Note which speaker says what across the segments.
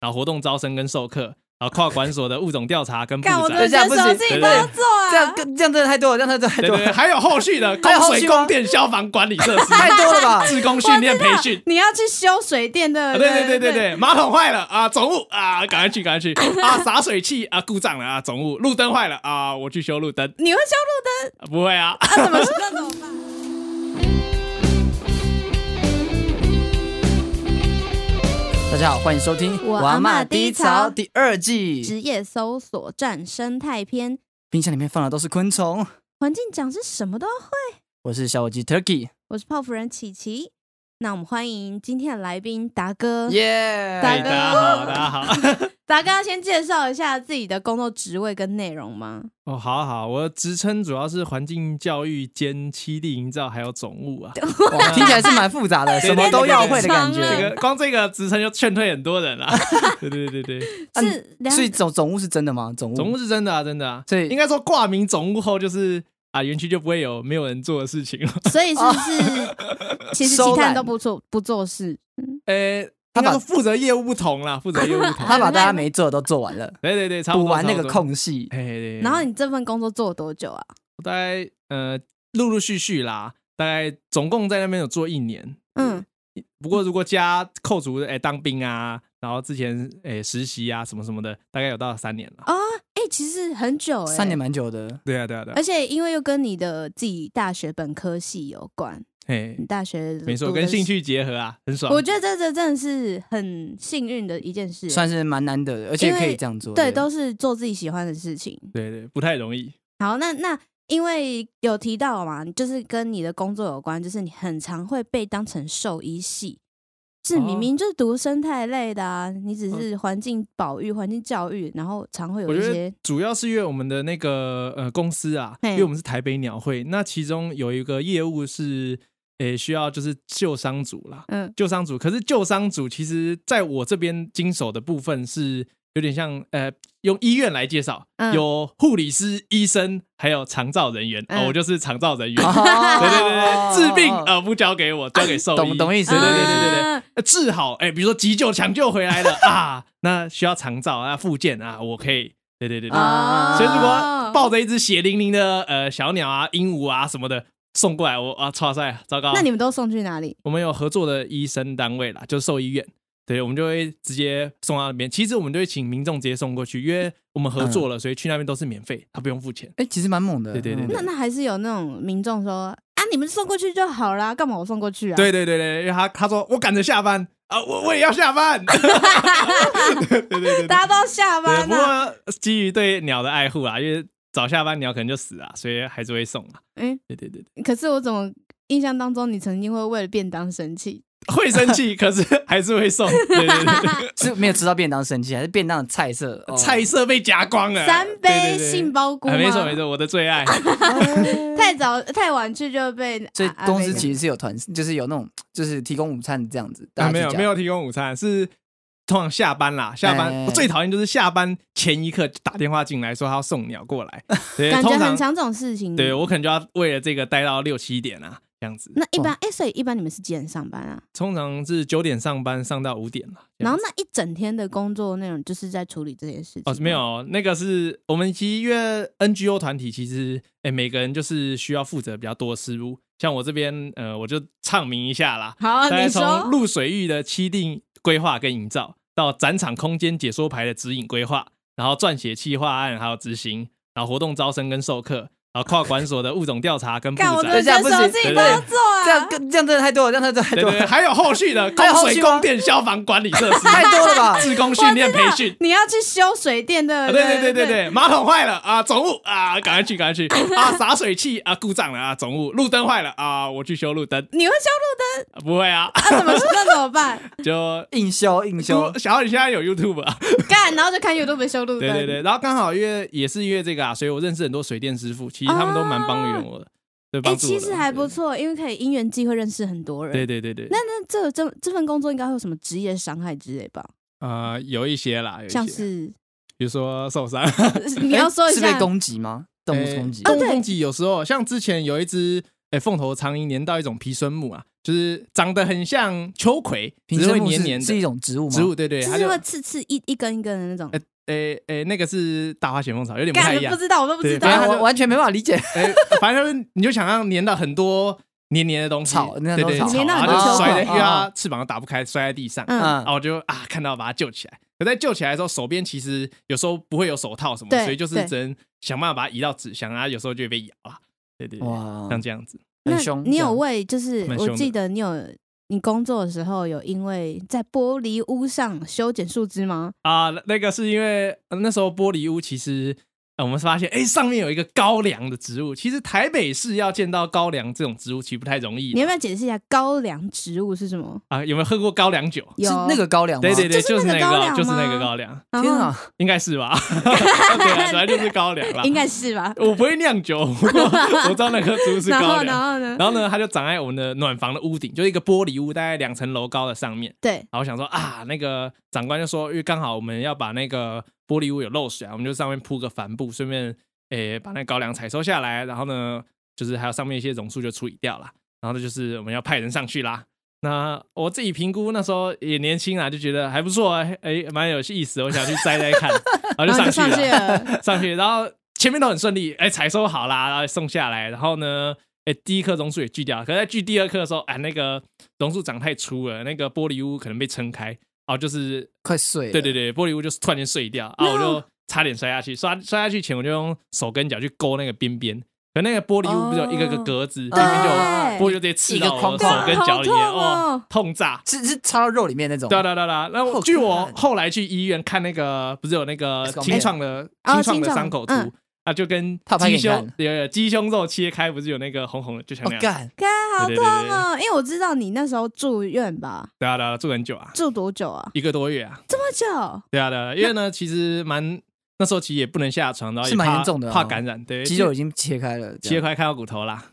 Speaker 1: 然后活动招生跟授课，然后跨管所的物种调查跟布
Speaker 2: 干我
Speaker 1: 展
Speaker 2: 的
Speaker 3: 等一下
Speaker 2: 人
Speaker 3: 不
Speaker 2: 手
Speaker 3: 行
Speaker 2: 自己
Speaker 1: 对
Speaker 2: 都要
Speaker 1: 对
Speaker 2: 做 啊，
Speaker 3: 这样跟这样真的太多了，这样真的太
Speaker 1: 对
Speaker 3: 多
Speaker 1: 对，对
Speaker 3: 了，
Speaker 1: 还有后续的供
Speaker 3: 还有后
Speaker 1: 水、
Speaker 3: 续吗
Speaker 1: 供电、消防管理设施、
Speaker 3: 太多了吧？
Speaker 1: 志工训练培训。
Speaker 2: 你要去修水电
Speaker 1: 啊
Speaker 2: 的，
Speaker 1: 对对对对对，马桶坏了啊，总务啊，赶快去赶快去啊，洒水器啊故障了啊，总务，路灯坏了啊，我去修路灯，
Speaker 2: 你会修路灯，
Speaker 1: 啊不会啊，
Speaker 2: 那、怎么 那怎么办？
Speaker 3: 大家好，欢迎收听《
Speaker 2: 我阿嬷
Speaker 3: 嬷
Speaker 2: 低潮
Speaker 3: 第二季。
Speaker 2: 职业搜索站生态篇，
Speaker 3: 冰箱里面放的都是昆虫。
Speaker 2: 环境讲师什么都会。
Speaker 3: 我是小火鸡 Turkey，
Speaker 2: 我是泡芙人琪琪，那我们欢迎今天的来宾达哥。
Speaker 3: 耶！
Speaker 2: 大
Speaker 1: 哎大
Speaker 2: 哥
Speaker 1: 家好，大家好，
Speaker 2: 达哥要先介绍一下自己的工作职位跟内容吗？
Speaker 1: 哦，好好，我的职称主要是环境教育兼七地营造还有总务啊，
Speaker 3: 哇听起来是蛮复杂 的，
Speaker 1: 对
Speaker 3: 什么都要会的感
Speaker 2: 对
Speaker 1: 这
Speaker 2: 对对
Speaker 3: 觉。
Speaker 1: 个光这个职称就劝退很多人了， 对对对对，对
Speaker 3: 啊
Speaker 2: 是两
Speaker 3: 所以总总务是真的吗？总务
Speaker 1: 总务是真的啊，真的啊，
Speaker 3: 所以
Speaker 1: 应该说挂名总务后就是啊，园区就不会有没有人做的事情了，
Speaker 2: 所以是不 是其实其
Speaker 3: 收
Speaker 2: 他人
Speaker 3: 揽
Speaker 2: 都不做不做事？嗯
Speaker 1: 呃，
Speaker 3: 他
Speaker 1: 应该
Speaker 3: 把
Speaker 1: 说负责业务不同 啦，负责业务不同，
Speaker 3: 他把大家没做的都做完了，
Speaker 1: 对对对，差不
Speaker 3: 补
Speaker 1: 多
Speaker 3: 完那个，
Speaker 1: 差不多
Speaker 3: 空隙。
Speaker 1: 哎，对对对
Speaker 2: 然后你这份工作做了多久啊？
Speaker 1: 我大概呃陆陆续续啦，大概总共在那边有做一年。
Speaker 2: 嗯，
Speaker 1: 不 过如果加扣除哎、当兵啊，然后之前哎、实习啊什么什么的，大概有到三年了。
Speaker 2: 哦，哎、其实很久、欸，
Speaker 3: 三年。蛮久的，
Speaker 1: 对啊对啊对啊
Speaker 2: 而，且因为又跟你的自己大学本科系有关，
Speaker 1: 哎、
Speaker 2: 你大学
Speaker 1: 没错，
Speaker 2: 读的
Speaker 1: 跟兴
Speaker 2: 是，
Speaker 1: 趣结合啊，很爽。
Speaker 2: 我觉得这这真的是很幸运的一件事，
Speaker 3: 算是蛮难得的，而且可以这样做。
Speaker 2: 对，都是做自己喜欢的事情。
Speaker 1: 对对，不太容易。
Speaker 2: 好，那那因为有提到嘛，就是跟你的工作有关，就是你很常会被当成兽医系，是
Speaker 1: 哦
Speaker 2: 明明就是读生态类的啊，你只是环境保育、环境教育，然后常会有
Speaker 1: 我
Speaker 2: 一
Speaker 1: 觉
Speaker 2: 些
Speaker 1: 得主要是因为我们的那个呃公司啊，
Speaker 2: 嘿
Speaker 1: 因为我们是台北鸟会，那其中有一个业务是诶、需要就是救伤组啦，
Speaker 2: 嗯
Speaker 1: 救伤组。可是救伤组其实在我这边经手的部分是有点像呃，用医院来介绍，
Speaker 2: 嗯
Speaker 1: 有护理师、医生，还有长照人员。
Speaker 2: 嗯
Speaker 1: 哦，我就是长照人员。
Speaker 3: 哦，
Speaker 1: 对
Speaker 3: 对
Speaker 1: 对 对对，治病呃不交给我，交给兽医。
Speaker 3: 哦懂懂意思
Speaker 1: 对对对
Speaker 3: 懂
Speaker 1: 对
Speaker 3: 意思
Speaker 1: 对对。
Speaker 2: 啊
Speaker 1: 呃治好，哎、比如说急救抢救回来 了啊，那需要长照啊、复健啊，我可以，对对对对。
Speaker 3: 啊
Speaker 1: 所以如果抱着一只血淋淋的呃小鸟啊、鹦鹉啊什么的送过来，我啊，操塞，糟糕！
Speaker 2: 那你们都送去哪里？
Speaker 1: 我们有合作的医生单位啦，就是兽医院，对，我们就会直接送到那边。其实我们就会请民众直接送过去，因为我们合
Speaker 2: 嗯
Speaker 1: 作了，所以去那边都是免费，他不用付钱。
Speaker 3: 哎，其实蛮猛的。
Speaker 1: 对对对
Speaker 3: 嗯
Speaker 1: 对
Speaker 2: 那那还是有那种民众说啊，你们送过去就好啦，干嘛我送过去啊？
Speaker 1: 对对对对，因为他他说我赶着下班啊，我我也要下 班。 对对对对，
Speaker 2: 大家都下
Speaker 1: 对，
Speaker 2: 班
Speaker 1: 不
Speaker 2: 了、啊。
Speaker 1: 过基于对鸟的爱护啦，因为早下班鸟可能就死啊，所以还是会送啊。
Speaker 2: 哎、
Speaker 1: 对对对，对
Speaker 2: 可是我怎么印象当中你曾经会为了便当生气？
Speaker 1: 会生气，可是还是会送。对对对
Speaker 3: 是没有吃到便当生气，还是便当的菜色？哦
Speaker 1: 对，菜色被夹光了，
Speaker 2: 三
Speaker 1: 对
Speaker 2: 杯
Speaker 1: 对对
Speaker 2: 杏鲍菇吗
Speaker 1: 啊没错没错，我的最爱。
Speaker 2: 太早太晚去就被
Speaker 3: 所以
Speaker 2: 啊
Speaker 3: 公司
Speaker 2: 啊
Speaker 3: 其实是有团，就是有那种就是提供午餐这样子。
Speaker 1: 啊
Speaker 3: 大家
Speaker 1: 没
Speaker 3: 去
Speaker 1: 有
Speaker 3: 讲
Speaker 1: 没，有提供午餐，是通常下班啦，下班、
Speaker 3: 哎
Speaker 1: 我最讨厌就是下班前一刻就打电话进来说他要送鸟过来，对，
Speaker 2: 感觉
Speaker 1: 通
Speaker 2: 很
Speaker 1: 常
Speaker 2: 常这种事情。
Speaker 1: 对我可能就要为了这个待到六七点啊，这样子。
Speaker 2: 那一般哎、所以一般你们是几点上班啊？
Speaker 1: 通常是九点上班，上到五点啊了。这样
Speaker 2: 然后那一整天的工作内容就是在处理这件事情。
Speaker 1: 哦，没，有，那个是我们其实因为 NGO 团体，其实哎、每个人就是需要负责比较多的事务。像我这边，呃，我就唱名一下啦。
Speaker 2: 好，
Speaker 3: 啊
Speaker 1: 大概
Speaker 2: 你
Speaker 1: 从
Speaker 2: 说
Speaker 1: 陆水域的七定规划跟营造，到展场空间解说牌的指引规划，然后撰写企划案还有执行，然后活动招生跟授课，然后跨管所的物种调查跟布
Speaker 2: 干，我
Speaker 1: 展
Speaker 2: 真
Speaker 1: 对，
Speaker 2: 的觉得
Speaker 3: 这样不
Speaker 2: 什么
Speaker 3: 行
Speaker 2: 事
Speaker 1: 对
Speaker 2: 情都要
Speaker 1: 对
Speaker 2: 做啊。
Speaker 3: 这样跟这样真的太多了，这样真的太
Speaker 1: 对
Speaker 3: 多
Speaker 1: 对，
Speaker 3: 了，
Speaker 1: 还有后续的供
Speaker 3: 还有后
Speaker 1: 水、
Speaker 3: 续吗
Speaker 1: 供电、消防管理设施，
Speaker 3: 太多了吧？
Speaker 1: 自工训练培训，
Speaker 2: 你要去修水电的，
Speaker 1: 啊，对对对对对，马桶坏了啊，总务啊，赶快去赶快 去啊，洒水器啊故障了啊，总务，路灯坏了啊，我去修路灯，
Speaker 2: 你会修
Speaker 1: 啊不会啊，
Speaker 2: 路灯，那、怎么那怎 么办？
Speaker 1: 就
Speaker 3: 硬修硬 修，
Speaker 1: 小奥你现在有 YouTube 啊，
Speaker 2: 干，然后就看 YouTube 修路灯。
Speaker 1: 对对对，然后刚好因为也是因为这个啊，所以我认识很多水电师傅，其实他们都蛮帮援我的，对，
Speaker 2: 哦哎、
Speaker 1: 帮助我
Speaker 2: 其
Speaker 1: 的
Speaker 2: 实还不，错，因为可以因缘际会认识很多人。
Speaker 1: 对对对对，
Speaker 2: 那那这这这份工作应该会有什么职业伤害之类吧？
Speaker 1: 呃，有一些啦，有一
Speaker 2: 像
Speaker 1: 些，
Speaker 2: 是
Speaker 1: 比如说受伤，
Speaker 2: 你要说一
Speaker 3: 是被
Speaker 2: 下，
Speaker 3: 攻击吗？ 动物攻击
Speaker 2: 哦
Speaker 1: 哎欸？动物攻击有时候像之前有一只哎凤头苍蝇粘到一种砒霜木啊，就是长得很像秋葵，
Speaker 3: 平
Speaker 1: 只
Speaker 3: 生
Speaker 1: 会
Speaker 3: 木
Speaker 1: 黏
Speaker 3: 是
Speaker 1: 黏的
Speaker 3: 是一种植物吗？
Speaker 1: 植物，对对，
Speaker 2: 就
Speaker 1: 它
Speaker 2: 是
Speaker 1: 就
Speaker 2: 会刺刺一一根一根的那种。
Speaker 1: 诶诶，那个是大花旋风草，有点不太
Speaker 2: 干
Speaker 1: 一样
Speaker 2: 不。知道，我都不知
Speaker 1: 对
Speaker 3: 对
Speaker 1: 反
Speaker 2: 道
Speaker 1: 正。
Speaker 3: 啊，
Speaker 1: 它
Speaker 3: 我
Speaker 1: 就
Speaker 3: 完全没办法理解。
Speaker 1: 诶，反正就是你就想要粘到很多黏黏的东西，
Speaker 3: 草那
Speaker 1: 对
Speaker 3: 种
Speaker 1: 对，
Speaker 3: 草
Speaker 2: 黏到
Speaker 1: 然
Speaker 2: 很
Speaker 1: 后
Speaker 2: 多
Speaker 1: 就
Speaker 2: 球
Speaker 1: 摔在，因
Speaker 3: 啊
Speaker 1: 为它翅膀打不开，摔在地上。
Speaker 2: 嗯
Speaker 1: 然
Speaker 3: 嗯，
Speaker 1: 后我就啊看到把它救起来。可在救起来的时候，手边其实有时候不会有手套什么的，
Speaker 2: 对
Speaker 1: 所以就是
Speaker 2: 对
Speaker 1: 只能想办法把它移到纸箱啊，有时候就会被咬啊。对对对，
Speaker 3: 哇，
Speaker 1: 像这样子，
Speaker 2: 那
Speaker 3: 很凶。
Speaker 2: 你
Speaker 3: 这
Speaker 2: 有
Speaker 3: 样
Speaker 2: 为就是
Speaker 1: 蛮凶
Speaker 2: 我
Speaker 1: 的
Speaker 2: 记得你有你工作的时候有因为在玻璃屋上修剪树枝吗？
Speaker 1: 啊，那个是因为呃那时候玻璃屋其实。呃我们发现，哎、上面有一个高粱的植物。其实台北市要见到高粱这种植物，其实不太容易
Speaker 2: 你要不要解释一下高粱植物是什么？
Speaker 1: 啊。有没有喝过高粱酒？
Speaker 2: 有
Speaker 3: 是那个高粱吗？
Speaker 1: 对对对，
Speaker 2: 就是
Speaker 1: 是
Speaker 2: 那个
Speaker 1: 个
Speaker 2: 高
Speaker 1: 高，
Speaker 2: 粱
Speaker 1: 就是那个
Speaker 2: 吗
Speaker 1: 高粱，
Speaker 2: 然后
Speaker 3: 天啊，
Speaker 1: 应该是 吧？对啊，本来就是高粱啦。
Speaker 2: 应该是吧？
Speaker 1: 我不会酿酒， 我知道那棵植物是
Speaker 2: 然
Speaker 1: 高
Speaker 2: 后
Speaker 1: 粱
Speaker 2: 然。后呢？
Speaker 1: 然后呢，它就长在我们的暖房的屋顶，就是一个玻璃屋，大概两层楼高的上面。
Speaker 2: 对，
Speaker 1: 然后我想说啊，那个长官就说，因为刚好我们要把那个玻璃屋有漏水啊，我们就上面铺个帆布，顺便诶把那个高粱采收下来，然后呢，就是还有上面一些榕树就处理掉了。然后这就是我们要派人上去啦。那我自己评估那时候也年轻啊，就觉得还不错、啊，哎，蛮有意思，我想去摘摘看，啊然后就
Speaker 2: 然后
Speaker 1: 上
Speaker 2: 就
Speaker 1: 去了
Speaker 2: 上。去了。
Speaker 1: 上去，然后前面都很顺利，哎、采收好啦，然后送下来，然后呢，哎、第一棵榕树也锯掉了，可是在锯第二棵的时候，哎、那个榕树长太粗了，那个玻璃屋可能被撑开，哦，就是
Speaker 3: 快碎了。
Speaker 1: 对对对，玻璃屋就是突然间碎掉，啊，
Speaker 2: 啊 No
Speaker 1: 我就差点摔下去，摔摔下去前我就用手跟脚去勾那个边边，可那个玻璃屋不是有一个个格子，里
Speaker 2: 对
Speaker 1: 面就有
Speaker 2: 哦对
Speaker 1: 玻璃就直接刺到
Speaker 3: 一个
Speaker 1: 我
Speaker 3: 框
Speaker 1: 手
Speaker 3: 框
Speaker 1: 跟脚里面，
Speaker 2: 干好痛哦
Speaker 1: 哦，痛炸。
Speaker 3: 是是插到肉里面那种。
Speaker 1: 对啊对啊对啊对啊，那我
Speaker 3: 好
Speaker 1: 据我
Speaker 3: 看
Speaker 1: 后来去医院看那个，不是有那个
Speaker 3: X 光
Speaker 1: 清
Speaker 3: 片
Speaker 1: 创的
Speaker 2: 哦
Speaker 3: 哎
Speaker 1: 清
Speaker 3: 啊
Speaker 1: 创
Speaker 2: 清
Speaker 1: 的
Speaker 2: 创
Speaker 1: 伤口图
Speaker 2: 嗯
Speaker 1: 啊，就跟
Speaker 3: 他有拍
Speaker 1: 鸡
Speaker 3: 给你
Speaker 1: 胸呃鸡胸肉切开，不是有那个红红的，就像
Speaker 3: 哦
Speaker 1: 那样。
Speaker 3: 干，
Speaker 2: 干好
Speaker 1: 对
Speaker 2: 痛
Speaker 1: 对对对
Speaker 2: 哦！因为我知道你那时候住院吧，
Speaker 1: 对啊对啊，住很久啊，
Speaker 2: 住多久啊？
Speaker 1: 一个多月啊。
Speaker 2: 这么久？
Speaker 1: 对啊对啊，因为呢，其实蛮那时候其实也不能下床，然后也
Speaker 3: 是蛮
Speaker 1: 怕
Speaker 3: 严重的啊
Speaker 1: 怕感染，对，
Speaker 3: 肌肉已经切开了，这
Speaker 1: 切
Speaker 3: 样
Speaker 1: 开看到骨头啦。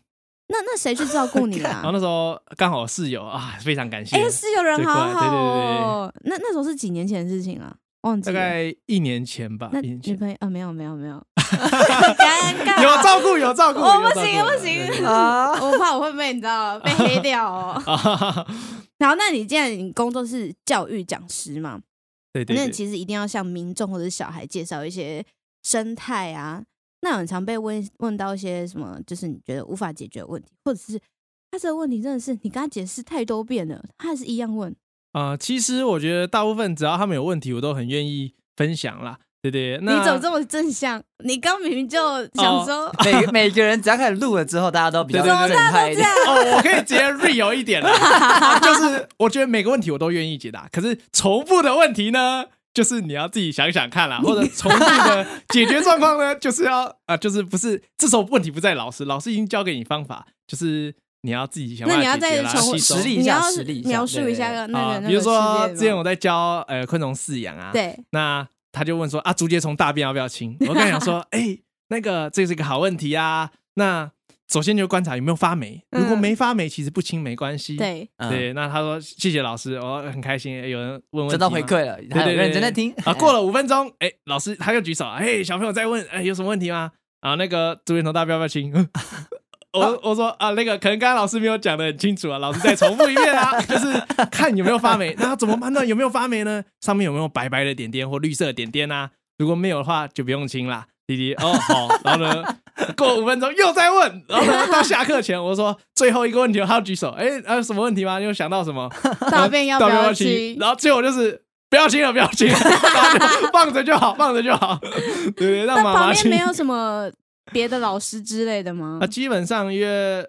Speaker 2: 那那谁去照顾 你
Speaker 1: 然
Speaker 2: 啊
Speaker 1: 后？那时候刚好室友啊，非常感谢
Speaker 2: 哎，，室友人
Speaker 1: 对过来
Speaker 2: 好好哦。那那时候是几年前的事情啊？忘记
Speaker 1: 大
Speaker 2: 了。
Speaker 1: 概一年前吧，
Speaker 2: 那
Speaker 1: 一年
Speaker 2: 女
Speaker 1: 前
Speaker 2: 朋友啊？没有没有没有， 尴尬。
Speaker 1: 有照顾有照顾，
Speaker 2: 我
Speaker 3: 哦
Speaker 1: 有
Speaker 2: 不
Speaker 1: 照
Speaker 2: 行
Speaker 1: 顾
Speaker 2: 不
Speaker 1: 对对
Speaker 2: 行
Speaker 1: 对。
Speaker 3: 啊，
Speaker 2: 我怕我会被你知道被黑掉哦
Speaker 1: 啊哈哈哈，
Speaker 2: 然后，那你既然你工作是教育讲师嘛，
Speaker 1: 对对
Speaker 2: 那
Speaker 1: 对。
Speaker 2: 其实一定要向民众或者小孩介绍一些生态啊。那很常被问问到一些什么，就是你觉得无法解决的问题，或者是他这个问题真的是你跟他解释太多遍了，他还是一样问。
Speaker 1: 啊、其实我觉得大部分只要他们有问题，我都很愿意分享啦，对对。
Speaker 2: 你
Speaker 1: 那哦
Speaker 2: 怎么这么正向？你刚明明就想说，
Speaker 3: 每每个人只要开始录了之后，大家都比较
Speaker 1: 对对对
Speaker 3: 正派一点。
Speaker 1: 哦，我可以直接 real 一点 啦，就是我觉得每个问题我都愿意解答，可是重复的问题呢，就是你要自己想想看啦，或者重复 的解决状况呢，就是要啊、就是不是这时候问题不在老师，老师已经教给你方法，就是你要自己想
Speaker 2: 那
Speaker 1: 办
Speaker 2: 你
Speaker 1: 法
Speaker 2: 要
Speaker 1: 解决
Speaker 2: 再
Speaker 1: 啦，
Speaker 2: 重
Speaker 1: 吸收
Speaker 3: 实力一
Speaker 2: 你
Speaker 3: 下
Speaker 2: 要
Speaker 3: 实力一下
Speaker 2: 描述一下那
Speaker 1: 啊、
Speaker 2: 个那个世界吗，
Speaker 1: 比如说之前我在教呃昆虫饲养啊，
Speaker 2: 对
Speaker 1: 那他就问说啊，竹节虫大便要不要清？我跟他讲 说，哎、那个这是一个好问题啊。那首先就观察有没有发霉，如果
Speaker 2: 嗯
Speaker 1: 没发霉，其实不清没关系。
Speaker 2: 对，
Speaker 3: 嗯，
Speaker 1: 对，那他说谢谢老师，我很开心，哎有人问问题
Speaker 3: 得到
Speaker 1: 吗
Speaker 3: 回馈了，
Speaker 1: 对
Speaker 3: 还
Speaker 1: 对对，
Speaker 3: 有认真在听
Speaker 1: 啊。过了五分钟，哎，老师他又举手，哎，小朋友在问，哎，有什么问题吗？啊，那个竹联头大标标清。 我我说啊，那个可能刚刚老师没有讲的很清楚啊，老师再重复一遍啊， 就是看有没有发霉。那怎么判断有没有发霉呢？上面有没有白白的点点或绿色的点点啊？如果没有的话，就不用清啦。弟弟哦好，然后呢，过五分钟又在问，然后呢到下课前我说最后一个问题，他要举手，哎，还、有什么问题吗？你有想到什么？
Speaker 2: 大便要不
Speaker 1: 到底
Speaker 2: 要
Speaker 1: 亲
Speaker 2: 清？
Speaker 1: 然后最后就是不要亲了，不要亲了，然后就放着就好，放着就好，对对，让
Speaker 2: 那
Speaker 1: 妈妈
Speaker 2: 旁边
Speaker 1: 亲
Speaker 2: 没。有什么别的老师之类的吗
Speaker 1: 啊，？基本上因为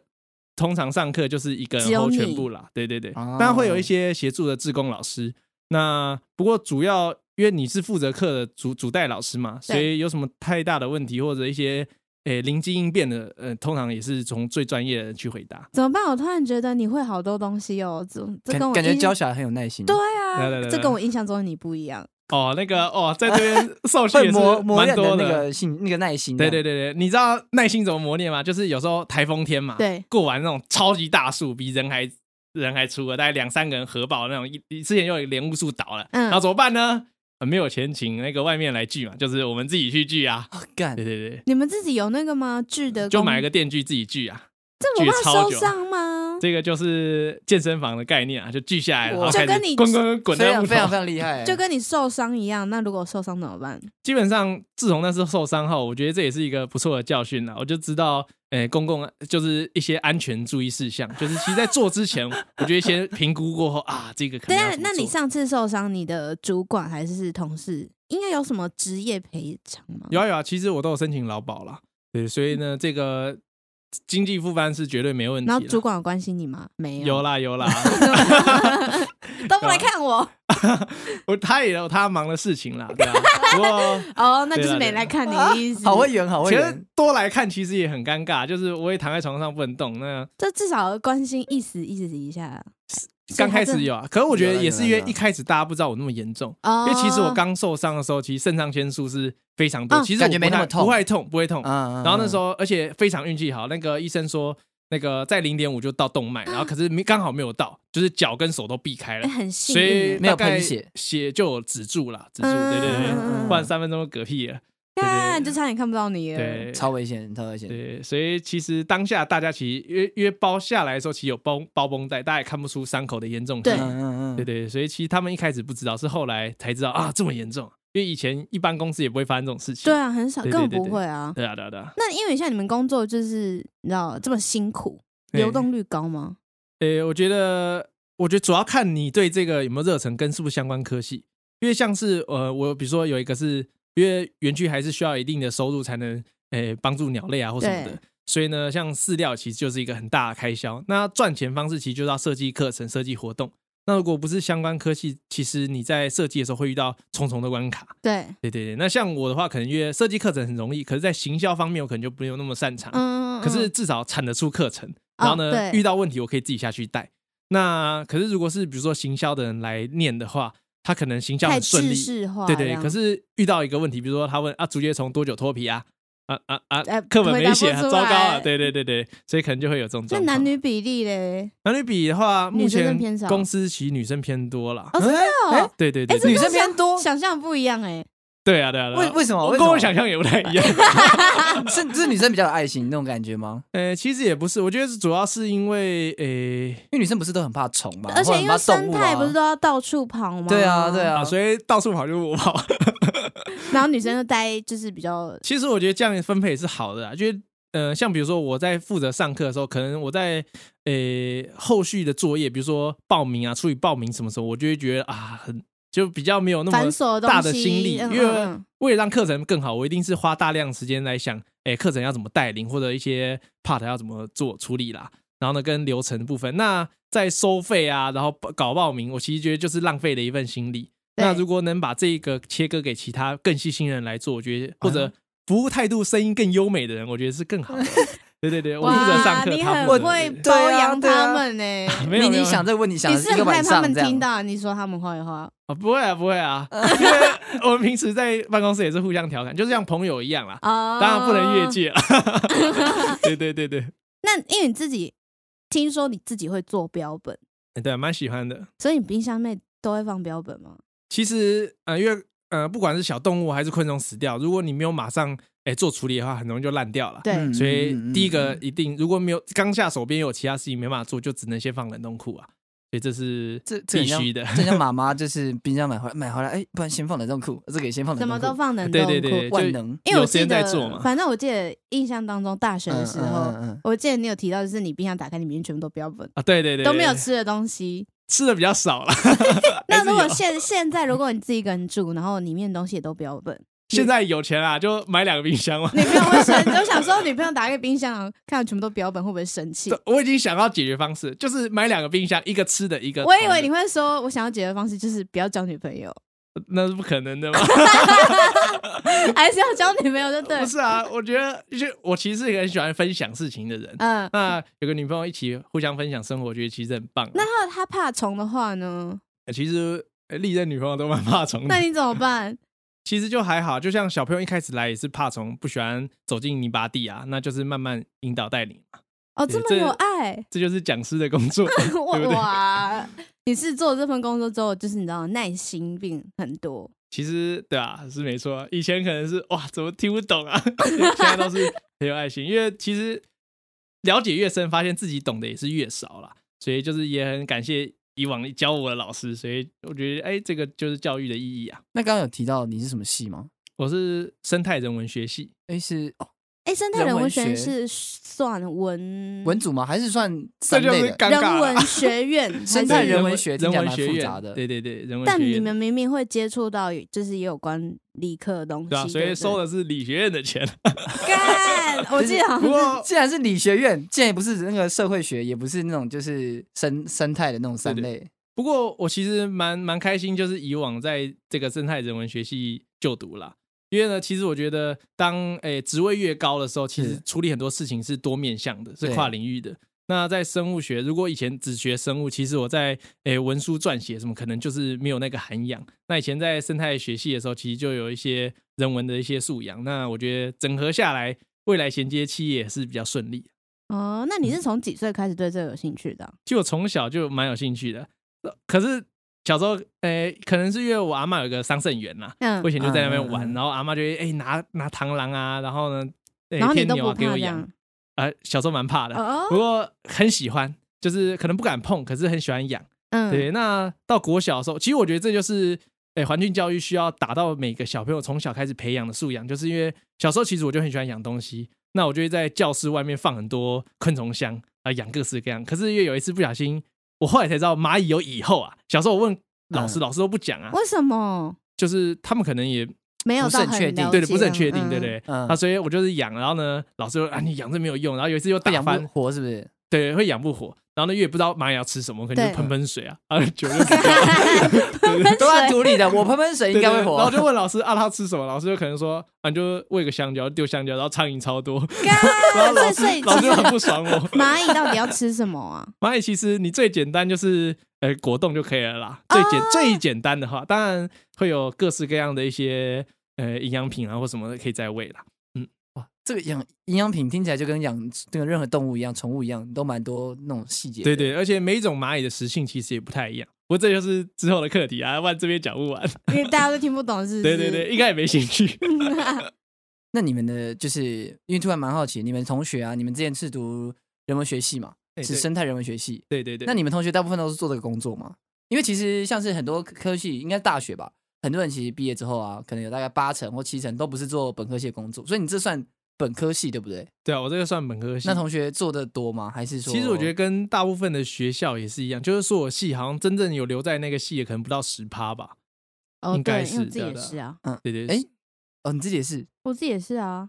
Speaker 1: 通常上课就是一个人
Speaker 2: 只有
Speaker 1: hold
Speaker 2: 你
Speaker 1: 全部啦，对对对，
Speaker 3: 哦
Speaker 1: 当然会有一些协助的志工老师。那不过主要因为你是负责课的主主带老师嘛，所以有什么太大的问题或者一些诶灵机应变的，呃，通常也是从最专业的人去回答。
Speaker 2: 怎么办？我突然觉得你会好多东西哦，这这
Speaker 3: 感
Speaker 2: 跟我
Speaker 3: 感觉
Speaker 2: 印
Speaker 3: 教起来很有耐心，
Speaker 2: 对
Speaker 1: 来来来
Speaker 2: 啊，这
Speaker 1: 来
Speaker 2: 跟我印象中的你不一样。
Speaker 1: 哦，那个哦，在这边 受训
Speaker 3: 会
Speaker 1: 也是
Speaker 3: 磨磨
Speaker 1: 蛮
Speaker 3: 练
Speaker 1: 多
Speaker 3: 那个性那个耐心。啊
Speaker 1: 对对，对对，你知道耐心怎么磨练吗？就是有时候台风天嘛，，
Speaker 2: 对，
Speaker 1: 过完那种超级大树，比人还人还粗了，大概两三个人合抱那种。一之前又有莲雾树倒了，
Speaker 2: 嗯
Speaker 1: 然后怎么办呢？呃没有钱请那个外面来锯嘛，就是我们自己去锯啊。
Speaker 3: 啊
Speaker 2: 哦
Speaker 3: 干
Speaker 1: 对对对，
Speaker 2: 你们自己有那个吗？剧的
Speaker 1: 就
Speaker 2: 工
Speaker 1: 买个电锯自己锯啊。
Speaker 2: 这
Speaker 1: 锯
Speaker 2: 不怕
Speaker 1: 超
Speaker 2: 受
Speaker 1: 久
Speaker 2: 伤吗？
Speaker 1: 这个就是健身房的概念啊，就聚下来，然后
Speaker 3: 哇
Speaker 1: 开始
Speaker 2: 就跟你
Speaker 1: 滚滚滚滚
Speaker 3: 非
Speaker 1: 在
Speaker 3: 常
Speaker 1: 木
Speaker 3: 非常非
Speaker 1: 头。
Speaker 3: 常厉 害，
Speaker 2: 就跟你受伤一样。那如果受伤怎么办？
Speaker 1: 基本上，自从那次受伤后，我觉得这也是一个不错的教训啊啦。我就知道，诶，公共就是一些安全注意事项，就是其实在做之前， 我觉得先评估过后啊，这个可
Speaker 2: 对
Speaker 1: 能
Speaker 2: 啊
Speaker 1: 要，怎么
Speaker 2: 那你
Speaker 1: 做
Speaker 2: 上次受伤，你的主管还是同事应该有什么职业赔偿吗？
Speaker 1: 有啊有啊，其实我都有申请劳保啦。对，所以呢，这个经济复翻是绝对没问题
Speaker 2: 然后主
Speaker 1: 啦。
Speaker 2: 管有关心你吗？没有，
Speaker 1: 有啦有啦，
Speaker 2: 都不来看我
Speaker 1: 我他也有他忙的事情啦，对 啊。不过
Speaker 2: 哦，那
Speaker 1: 对
Speaker 2: 就是
Speaker 1: 啦
Speaker 2: 没来看你的意思。
Speaker 3: 好会圆，好会
Speaker 1: 其实
Speaker 3: 圆，
Speaker 1: 多来看其实也很尴尬，就是我也躺在床上不能动。那
Speaker 2: 这至少关心意思意思一下。
Speaker 1: 刚开始有啊，可是我觉
Speaker 3: 有
Speaker 1: 得
Speaker 3: 啦
Speaker 1: 也是因
Speaker 3: 有
Speaker 1: 为
Speaker 3: 啦有啦
Speaker 1: 一开始大家不知道我那么严重，
Speaker 2: 哦，
Speaker 1: 因为其实我刚受伤的时候，其实肾上腺素是非常多，
Speaker 2: 嗯
Speaker 1: 其实我
Speaker 3: 感觉
Speaker 1: 不
Speaker 3: 没那
Speaker 1: 太
Speaker 3: 么痛
Speaker 1: 不会痛，不会痛。
Speaker 3: 嗯
Speaker 1: 然后那时，候，而且非常运气好，那个医生说，那个在零点五就到动脉，然后可是没刚好没有到，就是脚跟手都避开了
Speaker 2: 哎，很 幸
Speaker 1: 所以
Speaker 2: 运耶，
Speaker 3: 没有
Speaker 1: 大概
Speaker 3: 喷血
Speaker 1: 血就有止住了，止住，
Speaker 2: 嗯
Speaker 1: 对对
Speaker 3: 嗯
Speaker 1: 对，
Speaker 3: 嗯
Speaker 1: 不然三分钟就嗝屁了，对对
Speaker 2: 看就差点看不到你了。
Speaker 1: 对
Speaker 3: 嗯，超危险，超危险，
Speaker 1: 对，所以其实当下大家其实约约包下来的时候，其实有包包绷带，大家也看不出伤口的严重性
Speaker 2: 对
Speaker 3: 嗯，嗯嗯，
Speaker 1: 对对，所以其实他们一开始不知道，是后来才知道啊这么严重，因为以前一般公司也不会发生这种事情，
Speaker 2: 对啊，很少，
Speaker 1: 对
Speaker 2: 根
Speaker 1: 对
Speaker 2: 本
Speaker 1: 对
Speaker 2: 不
Speaker 1: 对
Speaker 2: 会啊。
Speaker 1: 对啊对啊对啊，
Speaker 2: 那因为像你们工作就是你知道这么辛苦，流
Speaker 1: 对
Speaker 2: 动率高吗？
Speaker 1: 诶，我觉得，我觉得主要看你对这个有没有热忱，跟是不是相关科系。因为像是呃，我比如说有一个是，因为园区还是需要一定的收入才能诶帮助鸟类啊或什么
Speaker 2: 对
Speaker 1: 的，所以呢，像饲料其实就是一个很大的开销。那赚钱方式其实就是要设计课程、设计活动。那如果不是相关科系，其实你在设计的时候会遇到重重的关卡。
Speaker 2: 对，
Speaker 1: 对对对，那像我的话，可能因为设计课程很容易，可是在行销方面我可能就没有那么擅长。
Speaker 2: 嗯，
Speaker 1: 啊可是
Speaker 2: 嗯
Speaker 1: 至少产得出课程，
Speaker 2: 哦
Speaker 1: 然后呢，
Speaker 2: 对
Speaker 1: 遇到问题我可以自己下去带。那可是如果是比如说行销的人来念的话，他可能行销
Speaker 2: 太
Speaker 1: 很顺
Speaker 2: 制
Speaker 1: 利，
Speaker 2: 式化这
Speaker 1: 对
Speaker 2: 样，
Speaker 1: 对。可是遇到一个问题，比如说他问啊，竹节虫多久脱皮啊？啊啊啊
Speaker 2: 哎！
Speaker 1: 课本
Speaker 2: 回
Speaker 1: 没
Speaker 2: 答不
Speaker 1: 写啊，
Speaker 2: 出
Speaker 1: 糟糕啊！
Speaker 2: 来
Speaker 1: 对对对对，所以可能就会有这种
Speaker 2: 那
Speaker 1: 状况。
Speaker 2: 男女比例嘞？
Speaker 1: 男女比的话，目
Speaker 2: 女生
Speaker 1: 前
Speaker 2: 偏少
Speaker 1: 公司其实女生偏多啦。
Speaker 2: 哦，真的
Speaker 3: 哎
Speaker 2: 哦，
Speaker 1: 对对
Speaker 2: 哎，
Speaker 1: 对
Speaker 2: 这
Speaker 1: 对，
Speaker 3: 女生
Speaker 2: 跟想
Speaker 3: 偏多
Speaker 2: 想象不一样哎。
Speaker 1: 对啊对啊。对啊
Speaker 3: 为为什么？为什
Speaker 1: 跟
Speaker 3: 么
Speaker 1: 我想象也不太一样。
Speaker 3: 是是女生比较有爱心那种感觉吗？
Speaker 1: 呃，其实也不是，我觉得是主要是因为诶
Speaker 3: 因为女生不是都很怕虫
Speaker 1: 啊
Speaker 3: 吗？
Speaker 2: 而
Speaker 3: 或
Speaker 2: 且
Speaker 3: 很
Speaker 2: 因
Speaker 3: 怕
Speaker 2: 为
Speaker 3: 动
Speaker 2: 生
Speaker 3: 物啊
Speaker 2: 态
Speaker 3: 吗
Speaker 2: 不是都要到处跑吗？
Speaker 3: 对啊对。
Speaker 1: 啊，
Speaker 3: 啊，
Speaker 1: 所以到处跑就是我跑。
Speaker 2: 然后女生就待就是比较
Speaker 1: 其实我觉得这样分配也是好的啊，就是呃，像比如说我在负责上课的时候，可能我在呃后续的作业，比如说报名啊、处理报名什么时候，我就会觉得啊，很就比较没有那
Speaker 2: 繁
Speaker 1: 么
Speaker 2: 琐东西
Speaker 1: 大的心力，
Speaker 2: 嗯
Speaker 1: 因为
Speaker 2: 嗯
Speaker 1: 为了让课程更好，我一定是花大量时间来想，哎，课程要怎么带领，或者一些 part 要怎么做处理啦。然后呢，跟流程的部分，那在收费啊，然后搞报名，我其实觉得就是浪费了一份心力。
Speaker 2: 对
Speaker 1: 那如果能把这个切割给其他更细心的人来做，我觉得或者
Speaker 3: 啊
Speaker 1: 服务态度、声音更优美的人，我觉得是更 好的。对对对，我负责上
Speaker 2: 哇，
Speaker 1: 课，
Speaker 2: 你
Speaker 1: 他
Speaker 2: 很
Speaker 1: 负责
Speaker 2: 会
Speaker 1: 对
Speaker 2: 包养
Speaker 3: 对啊对啊
Speaker 2: 他 们呢、
Speaker 1: 没有
Speaker 3: 你
Speaker 1: 没有
Speaker 3: 你想这个问题想
Speaker 2: 你
Speaker 3: 了
Speaker 2: 是
Speaker 3: 一
Speaker 2: 很
Speaker 3: 个
Speaker 2: 害怕
Speaker 3: 晚
Speaker 2: 他
Speaker 3: 上
Speaker 2: 们
Speaker 3: 这样
Speaker 2: 听，到你说他们坏话，
Speaker 1: 啊，不会啊，不会 啊，因为我们平时在办公室也是互相调侃，就是像朋友一样啦。
Speaker 2: 哦，
Speaker 1: 当然不能越。界了，哦 对对对对，
Speaker 2: 那因为你自己听说你自己会做标本，
Speaker 1: 哎对，蛮喜欢的。
Speaker 2: 所以你冰箱内都会放标本吗？
Speaker 1: 其实呃，因为呃，不管是小动物还是昆虫死掉，如果你没有马上哎做处理的话，很容易就烂掉了。
Speaker 2: 对，
Speaker 3: 嗯
Speaker 1: 所以
Speaker 3: 嗯嗯
Speaker 1: 第一个
Speaker 3: 嗯
Speaker 1: 一定，如果没有当下手边有其他事情没办法做，就只能先放冷冻库啊。所以这是
Speaker 3: 这
Speaker 1: 必
Speaker 3: 这很像
Speaker 1: 须的。
Speaker 3: 就像 妈妈就是冰箱买回来买回来，哎，不然先放冷冻库，这个也先放冷
Speaker 2: 什么
Speaker 3: 冻库，嗯
Speaker 2: 都放冷
Speaker 1: 对
Speaker 2: 冻库。
Speaker 1: 对对，就
Speaker 3: 万能
Speaker 2: 因为我
Speaker 1: 有时
Speaker 2: 记
Speaker 1: 间再
Speaker 2: 得
Speaker 1: 做嘛，
Speaker 2: 反正我记得印象当中，大学的时候，
Speaker 3: 嗯嗯嗯嗯
Speaker 2: 我记得你有提到，就是你冰箱打开里面全部都标本，
Speaker 1: 啊，对对对，
Speaker 2: 都没有
Speaker 1: 对
Speaker 2: 吃的东西。
Speaker 1: 吃的比较少了。
Speaker 2: 那
Speaker 1: 还是
Speaker 2: 如果
Speaker 1: 有
Speaker 2: 现现在如果你自己一个人住，然后里面的东西也都标 本，
Speaker 1: 现在有钱啊，就买两个冰箱嘛。
Speaker 2: 女朋友会生，我想说女朋友打开冰箱，看到全部都标本，会不会生气？
Speaker 1: 我已经想到解决方式，就是买两个冰箱，一个吃的，一个
Speaker 2: 我
Speaker 1: 空的。
Speaker 2: 以为你会说，我想要解决方式就是不要交女朋友，
Speaker 1: 那是不可能的嘛。
Speaker 2: 还是要交女朋友就对
Speaker 1: 不。是啊，我觉得就是我其实是一个很喜欢分享事情的人。
Speaker 2: 嗯，
Speaker 1: 那有个女朋友一起互相分享生活，我觉得其实很棒、啊。
Speaker 2: 那他怕虫的话呢？
Speaker 1: 其实呃历任女朋友都蛮怕虫的
Speaker 2: 那，你怎么办？
Speaker 1: 其实就还好。就像小朋友一开始来也是怕虫，不喜欢走进泥巴地啊，那就是慢慢引导带领嘛。
Speaker 2: 哦，
Speaker 1: 对
Speaker 2: 这么
Speaker 1: 这
Speaker 2: 有爱，
Speaker 1: 这就是讲师的工作。
Speaker 2: 哇
Speaker 1: 对不对
Speaker 2: 哇！ 你是做这份工作之后，就是你知道耐心病很多，
Speaker 1: 其实对啊，是没错啊。以 前可能是哇，怎么听不懂啊？现在都是很有爱心，因为其实了解越深，发现自己懂得也是越少啦。所以就是也很感谢以往教我的老师，所以我觉得哎、这个就是教育的意义啊。
Speaker 3: 那刚刚有提到你是什么系吗？
Speaker 1: 我是生态人文学系，
Speaker 3: 哎，是哦，
Speaker 2: 哎，生态
Speaker 3: 人
Speaker 2: 人
Speaker 3: 文
Speaker 2: 文学院
Speaker 3: 学
Speaker 2: 是算文
Speaker 3: 文组吗？还是算三类的？
Speaker 1: 尴
Speaker 2: 人
Speaker 1: 了
Speaker 2: 文学院，
Speaker 3: 生
Speaker 2: 还
Speaker 3: 态
Speaker 2: 是
Speaker 3: 人文学
Speaker 1: 人
Speaker 3: 听起来
Speaker 1: 文
Speaker 3: 蛮
Speaker 1: 学
Speaker 3: 复
Speaker 1: 院
Speaker 3: 杂的
Speaker 1: 对对对，人文
Speaker 2: 但
Speaker 1: 学
Speaker 2: 你
Speaker 1: 院
Speaker 2: 们明明会接触到，就是也有关理科的东西，
Speaker 1: 对啊，所以
Speaker 2: 不
Speaker 1: 收
Speaker 2: 对
Speaker 1: 的是理学院的 钱。
Speaker 2: 干，我记得好
Speaker 1: 不
Speaker 2: 像
Speaker 1: 过
Speaker 3: 既然是理学院，既然也不是那个社会学，也不是那种就是生生态的那种三
Speaker 1: 对
Speaker 3: 类，
Speaker 1: 不过我其实蛮蛮开心，就是以往在这个生态人文学系就读啦。因为呢，其实我觉得当诶职位越高的时候，其实
Speaker 3: 是
Speaker 1: 处理很多事情是多面向的，是
Speaker 3: 对
Speaker 1: 跨领域的。那在生物学，如果以前只学生物，其实我在诶文书撰写什么，可能就是没有那个涵养。那以前在生态学系的时候，其实就有一些人文的一些素养。那我觉得整合下来，未来衔接企业也是比较顺利。
Speaker 2: 哦，那你是从几岁开始对这个有兴趣的啊？
Speaker 1: 就我从小就蛮有兴趣的。呃可是小时候，诶、可能是因为我阿嬷有个桑葚园啦，
Speaker 2: 嗯
Speaker 1: 我以，前就在那边
Speaker 3: 嗯
Speaker 1: 玩，
Speaker 3: 嗯嗯
Speaker 1: 然后阿嬷就会诶、哎拿拿螳螂啊，然后呢，诶
Speaker 2: 然后你
Speaker 1: 天
Speaker 2: 都
Speaker 1: 牛
Speaker 2: 不
Speaker 1: 啊给
Speaker 2: 怕
Speaker 1: 我
Speaker 2: 这
Speaker 1: 养
Speaker 2: 样，
Speaker 1: 啊、小时候蛮怕的，不
Speaker 2: 哦，
Speaker 1: 过很喜欢，就是可能不敢碰，可是很喜欢养。
Speaker 2: 嗯，
Speaker 1: 对，那到国小的时候，其实我觉得这就是。诶环境教育需要达到每个小朋友从小开始培养的素养，就是因为小时候其实我就很喜欢养东西，那我就会在教室外面放很多昆虫箱啊、养各式各样。可是因为有一次不小心，我后来才知道蚂蚁有蚁后啊。小时候我问老师，
Speaker 3: 嗯
Speaker 1: 老师都不讲啊，
Speaker 2: 为什么
Speaker 1: 就是他们可能也
Speaker 2: 没有
Speaker 3: 不是
Speaker 2: 到
Speaker 3: 很确
Speaker 2: 很
Speaker 3: 定
Speaker 2: 了
Speaker 1: 对的
Speaker 2: 解
Speaker 1: 不是很
Speaker 2: 这
Speaker 1: 确
Speaker 2: 样
Speaker 1: 定，对不？
Speaker 2: 嗯
Speaker 1: 对？
Speaker 3: 嗯
Speaker 1: 啊，所以我就是养，然后呢，老师说啊你养这没有用，然后有一次又
Speaker 3: 不
Speaker 1: 打
Speaker 3: 养
Speaker 1: 翻
Speaker 3: 不，活是不是？
Speaker 1: 对，会养不活。然后呢，越不知道蚂蚁要吃什么，可能就
Speaker 2: 对
Speaker 1: 喷喷水啊，啊， 久了就死掉了对对对
Speaker 3: 都在土里的，我喷喷水应该会
Speaker 1: 对对对然后
Speaker 3: 活。
Speaker 1: 就问老师啊，他吃什么？老师就可能说啊，你就喂个香蕉，丢香蕉，然后苍蝇超 多。然后
Speaker 2: 干，
Speaker 1: 老
Speaker 2: 所
Speaker 1: 师
Speaker 2: 以所
Speaker 1: 老师
Speaker 2: 以其
Speaker 1: 就
Speaker 2: 实
Speaker 1: 很不爽我。
Speaker 2: 蚂蚁到底要吃什么啊？
Speaker 1: 蚂蚁其实你最简单就是呃果冻就可以了啦，
Speaker 3: 啊
Speaker 1: 最简、最简单的话，当然会有各式各样的一些呃营养品啊或什么的可以再喂啦。
Speaker 3: 哇，这个养营养品听起来就跟养这个任何动物一样，宠物一样，都蛮多那种细节。
Speaker 1: 对，对，而且每一种蚂蚁的食性其实也不太一样。不过这就是之后的课题啊，不 然这边讲不完。
Speaker 2: 因为大家都听不懂，是不
Speaker 1: 对
Speaker 2: 是？
Speaker 1: 对对，应该也没兴 趣。
Speaker 3: 那你们的就是因为突然蛮好奇，你们同学啊，你们之前是读人文学系嘛，
Speaker 1: 哎
Speaker 3: 是生态人文学系。
Speaker 1: 对对对，
Speaker 3: 那你们同学大部分都是做这个工作吗？因为其实像是很多科科系，应该是大学吧，很多人其实毕业之后啊，可能有大概八成或七成都不是做本科系的工作，所以你这算本科系对不对？
Speaker 1: 对啊，我这个算本科系。
Speaker 3: 那同学做的多吗？还是说？
Speaker 1: 其实我觉得跟大部分的学校也是一样，就是说我系好像真正有留在那个系的可能不到十趴吧。
Speaker 2: 哦，
Speaker 1: 应该
Speaker 2: 对，
Speaker 1: 是
Speaker 2: 因为我自己
Speaker 1: 的
Speaker 2: 也
Speaker 1: 的
Speaker 2: 是啊，
Speaker 1: 对对，
Speaker 3: 哎哦，你自己也是，
Speaker 2: 我自己也是 啊。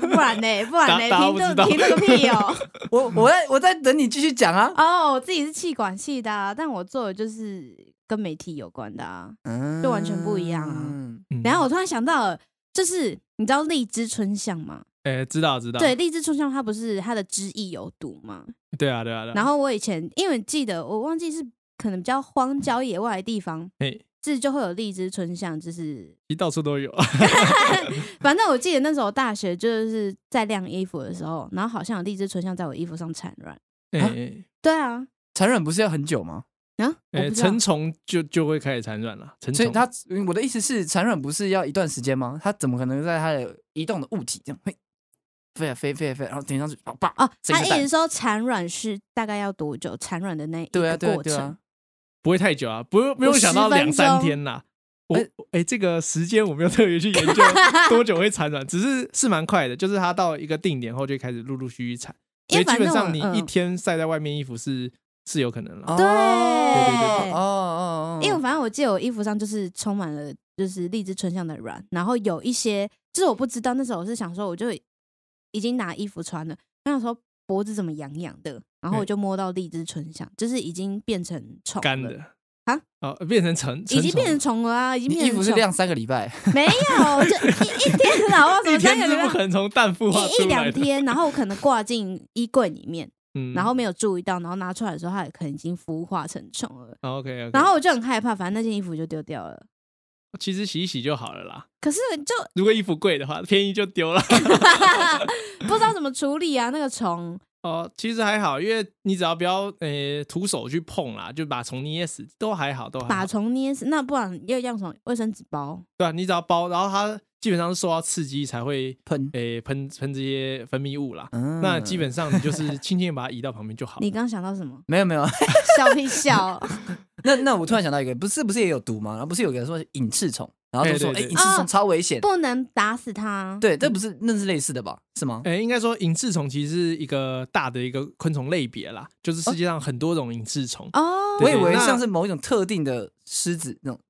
Speaker 2: 不然呢？不然
Speaker 1: 大大家
Speaker 2: 呢？
Speaker 1: 不
Speaker 2: 听
Speaker 1: 知道
Speaker 2: 这听这个屁哦！
Speaker 3: 我我在我在等你继续讲啊。
Speaker 2: 哦，我自己是气管系的、啊，但我做的就是跟媒体有关的啊。
Speaker 3: 嗯
Speaker 2: 就完全不一样啊
Speaker 3: 嗯
Speaker 1: 嗯
Speaker 2: 然后我突然想到了，就是你知道荔枝春香吗？
Speaker 1: 哎，知道知道，
Speaker 2: 对，荔枝春香它不是它的汁液有毒吗？
Speaker 1: 对啊对
Speaker 3: 嗯
Speaker 1: 啊，对啊
Speaker 2: 然后我以前因为记得我忘记是可能比较荒郊野外的地方，
Speaker 1: 哎，
Speaker 2: 这就会有荔枝春香，就是
Speaker 1: 其实到处都有，
Speaker 2: 啊反正我记得那时候大学就是在晾衣服的时候，然后好像有荔枝春香在我衣服上产卵。
Speaker 1: 哎
Speaker 2: 对啊，
Speaker 3: 产卵不是要很久吗？
Speaker 2: 啊，我
Speaker 1: 哎，
Speaker 2: 不知道
Speaker 1: 成虫就就会开始产卵了，成
Speaker 3: 所以
Speaker 1: 虫
Speaker 3: 它我的意思是，产卵不是要一段时间吗？它怎么可能在它的移动的物体这样嘿飞啊飞飞啊飞啊，然后顶上去，啊啪！
Speaker 2: 哦，
Speaker 3: 生
Speaker 2: 他
Speaker 3: 个
Speaker 2: 一
Speaker 3: 蛋
Speaker 2: 直说产卵是大概要多久？产卵的那一
Speaker 3: 对啊
Speaker 2: 个
Speaker 3: 对啊
Speaker 2: 过
Speaker 3: 对
Speaker 2: 程
Speaker 3: 啊，，
Speaker 1: 不会太久啊，不用不用想到
Speaker 2: 10分
Speaker 1: 两三
Speaker 2: 钟
Speaker 1: 天啦。我
Speaker 3: 哎
Speaker 1: 哎，这个时间我没有特别去研 究多久会产卵，只是是蛮快的，就是它到一个定点后就开始陆陆续续产，所
Speaker 2: 因为
Speaker 1: 以基
Speaker 2: 反
Speaker 1: 本
Speaker 2: 正
Speaker 1: 上
Speaker 2: 我
Speaker 1: 你一
Speaker 2: 嗯
Speaker 1: 天晒在外面衣服是是有可能了。
Speaker 3: 哦
Speaker 2: 对
Speaker 3: 哦
Speaker 2: 对
Speaker 3: 哦哦，
Speaker 1: 嗯
Speaker 2: 因为反正我记得我衣服上就是充满了就是荔枝春香的卵，然后有一些就是我不知道那时候我是想说我就已经拿衣服穿了，那时候脖子怎么痒痒的，然后我
Speaker 1: 嗯
Speaker 2: 就摸到荔枝春香，就是已经变成虫
Speaker 1: 干
Speaker 2: 了
Speaker 1: 的
Speaker 2: 啊，
Speaker 1: 哦，变成成，
Speaker 2: 已经
Speaker 1: 成
Speaker 2: 变成虫了啊，已经
Speaker 3: 你
Speaker 2: 变
Speaker 3: 衣
Speaker 2: 成
Speaker 3: 服是
Speaker 2: 虫
Speaker 3: 晾三个礼拜，
Speaker 2: 没有，就一 一天然后什
Speaker 1: 一
Speaker 2: 么
Speaker 1: 天
Speaker 2: 三
Speaker 1: 是
Speaker 2: 个
Speaker 1: 不
Speaker 2: 礼
Speaker 1: 可
Speaker 2: 拜。
Speaker 1: 能从蛋孵化
Speaker 2: 一一
Speaker 1: 出来
Speaker 2: 两
Speaker 1: 的，
Speaker 2: 天，然后我可能挂进衣柜里面，
Speaker 1: 嗯
Speaker 2: 然后没有注意到，然后拿出来的时候，它也可能已经孵化成虫了。
Speaker 1: OK，
Speaker 2: 然后我就很害怕，反正那件衣服就丢掉了。
Speaker 1: 其实洗一洗就好了啦。
Speaker 2: 可是就
Speaker 1: 如果衣服贵的话，便宜就丢了。
Speaker 2: 不知道怎么处理啊，那个虫。
Speaker 1: 哦，其实还好，因为你只要不要呃徒手去碰啦，就把虫捏死都还好，都还
Speaker 2: 把
Speaker 1: 好。
Speaker 2: 虫捏死，那不然要用什么卫生纸包？
Speaker 1: 对啊，你只要包，然后它基本上是受到刺激才会
Speaker 3: 喷，
Speaker 1: 诶喷喷这些分泌物啦。
Speaker 3: 嗯？
Speaker 1: 那基本上你就是轻轻地把它移到旁边就 好。
Speaker 2: 你刚想到什么
Speaker 3: 没有没有。
Speaker 2: 笑 屁笑！
Speaker 3: 那那我突然想到一个，不是不是也有毒吗？然后不是有个人说是隐翅虫，然后就说
Speaker 1: 对对
Speaker 3: 哎，
Speaker 1: 对
Speaker 3: 隐翅虫超危险。
Speaker 2: 不能打死它。
Speaker 3: 对，这不是那是类似的吧？是吗？
Speaker 1: 诶，呃应该说隐翅虫其实是一个大的一个昆虫类别啦，就是世界上很多种隐翅虫。
Speaker 2: 哦，
Speaker 3: 我
Speaker 1: 对
Speaker 3: 以为
Speaker 1: 那
Speaker 3: 像是某一种特定的狮子那种，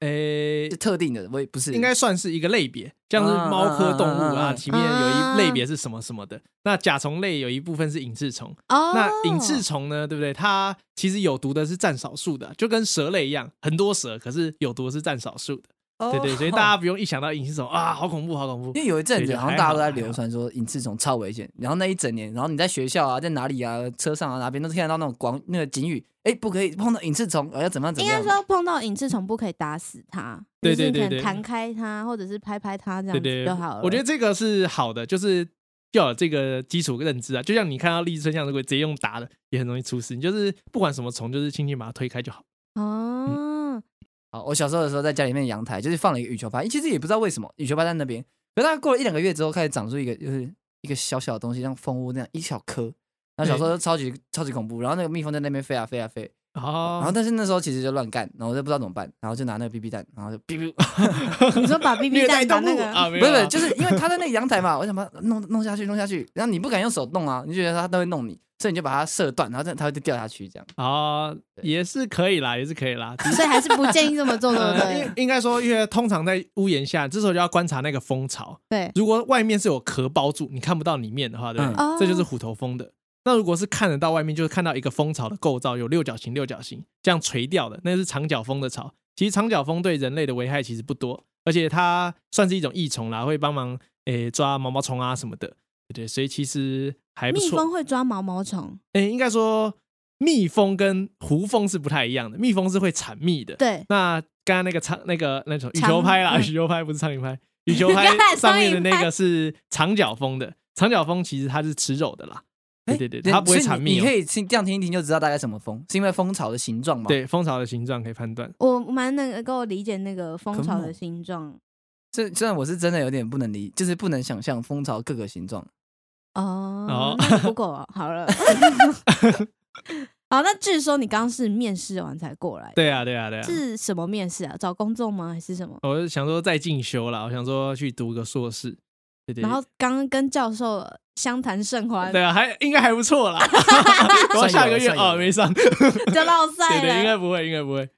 Speaker 1: 诶
Speaker 3: 就，特定的，我也不是。
Speaker 1: 应该算是一个类别，像是猫科动物
Speaker 3: 啊啊啊啊
Speaker 1: 啊，里面有一类别是什么什么的。那甲虫类有一部分是隐翅虫，
Speaker 2: 哦，
Speaker 1: 那隐翅虫呢，对不对？它其实有毒的是占少数的，就跟蛇类一样，很多蛇，可是有毒的是占少数的。
Speaker 3: 哦
Speaker 1: 对对，所以大
Speaker 2: 哦
Speaker 1: 家不用一想到隐翅虫啊，好恐怖，好恐怖
Speaker 3: 因。为有一阵
Speaker 1: 所以
Speaker 3: 子
Speaker 1: 就
Speaker 3: 好像
Speaker 1: 还
Speaker 3: 大家都
Speaker 1: 好
Speaker 3: 在
Speaker 1: 还
Speaker 3: 流
Speaker 1: 好
Speaker 3: 传说隐翅虫超危险，然后那一整年，然后你在学校啊，在哪里啊，车上啊哪边都看到那种广那个警语，哎，不可以碰到隐翅虫，呃要怎么样怎
Speaker 2: 应
Speaker 3: 么
Speaker 2: 该
Speaker 3: 样。
Speaker 2: 说碰到隐翅虫不可以打死它，
Speaker 1: 对
Speaker 2: 就是
Speaker 1: 对
Speaker 2: 你可
Speaker 1: 对对
Speaker 2: 能弹开它或者是拍拍它这
Speaker 1: 对
Speaker 2: 样
Speaker 1: 对
Speaker 2: 子就好了。
Speaker 1: 我觉得这个是好的，就是要有这个基础认知啊。就像你看到荔枝春象，如果直接用打的，也很容易出事。你就是不管什么虫，就是轻轻把它推开就好。嗯
Speaker 2: 哦，
Speaker 3: 好，我小时候的时候在家里面阳台就是放了一个羽球拍，其实也不知道为什么羽球拍在那边，可是它过了一两个月之后开始长出一个就是一个小小的东西，像蜂窝那样一小颗。然后小时候就超级超级恐怖，然后那个蜜蜂在那边飞啊飞啊飞，然后
Speaker 1: 哦，
Speaker 3: 但是那时候其实就乱干，然后我就不知道怎么办，然后就拿那个 BB 弹，然后就 哔哔，
Speaker 2: 你说 把
Speaker 1: 虐
Speaker 2: BB
Speaker 1: 待
Speaker 2: 弹把
Speaker 1: 动物
Speaker 2: 那个
Speaker 1: 啊，没
Speaker 3: 不
Speaker 1: 有
Speaker 3: 是不是，
Speaker 1: 啦，
Speaker 3: 就是因为它在那个阳台嘛，我 想把它弄弄下去弄下去，然后你不敢用手动啊，你就觉得它都会弄你，所以你就把它射断，然后它它就掉下去这样。
Speaker 1: 哦，也是可以啦，也是可以 啦。
Speaker 2: 所以还是不建议这么做， 对不
Speaker 1: 呃，应
Speaker 2: 对？
Speaker 1: 应该说，因为通常在屋檐下，这时候就要观察那个蜂巢。
Speaker 2: 对，
Speaker 1: 如果外面是有壳包住，你看不到里面的话，对不对？
Speaker 2: 嗯哦
Speaker 1: 这就是虎头蜂的。那如果是看得到外面，就是看到一个蜂巢的构造，有六角形、六角形这样垂掉的，那是长角蜂的巢。其实长角蜂对人类的危害其实不多，而且它算是一种益虫啦，会帮忙诶、抓毛毛虫啊什么的，对对，所以其实还不
Speaker 2: 蜜
Speaker 1: 错。
Speaker 2: 蜂会抓毛毛虫，
Speaker 1: 诶、应该说蜜蜂跟胡蜂是不太一样的，蜜蜂是会产蜜的，
Speaker 2: 对，
Speaker 1: 那刚刚那个长那个那种羽
Speaker 2: 长
Speaker 1: 球拍啦，
Speaker 2: 嗯
Speaker 1: 羽球拍不是苍蝇拍，羽球拍
Speaker 2: 刚才
Speaker 1: 上面的
Speaker 2: 苍蝇
Speaker 1: 那
Speaker 2: 拍
Speaker 1: 个是长角蜂的，长角蜂其实它是吃肉的啦，对对对，它不会
Speaker 3: 所以
Speaker 1: 产
Speaker 3: 你
Speaker 1: 蜜、
Speaker 3: 你可
Speaker 1: 哦，
Speaker 3: 以听这样听一听就知道大概什么蜂，是因为蜂巢的形状嘛？，
Speaker 1: 对蜂巢的形状可以判断。
Speaker 2: 我蛮能够理解那个蜂
Speaker 3: 很
Speaker 2: 巢的
Speaker 3: 猛
Speaker 2: 形状
Speaker 3: 这虽然我是真的有点不能理，就是不能想象蜂巢各个形状。
Speaker 2: 哦
Speaker 1: 哦。
Speaker 2: 那 你 Google 啊好了， 好，那据说你刚是面试完才过来，
Speaker 1: 对啊，对啊，对啊。
Speaker 2: 是什么面试啊？找工作吗？还是什么？
Speaker 1: 我是想说再进修啦，我想说去读个硕士，对对
Speaker 2: 然后刚刚跟教授相谈甚欢，
Speaker 1: 对啊，还应该还不错啦。我要下个月
Speaker 3: 算有了
Speaker 1: 哦没上，
Speaker 2: 就落
Speaker 1: 对
Speaker 2: 赛
Speaker 1: 对，应该
Speaker 2: 了。
Speaker 1: 不会，应该不会。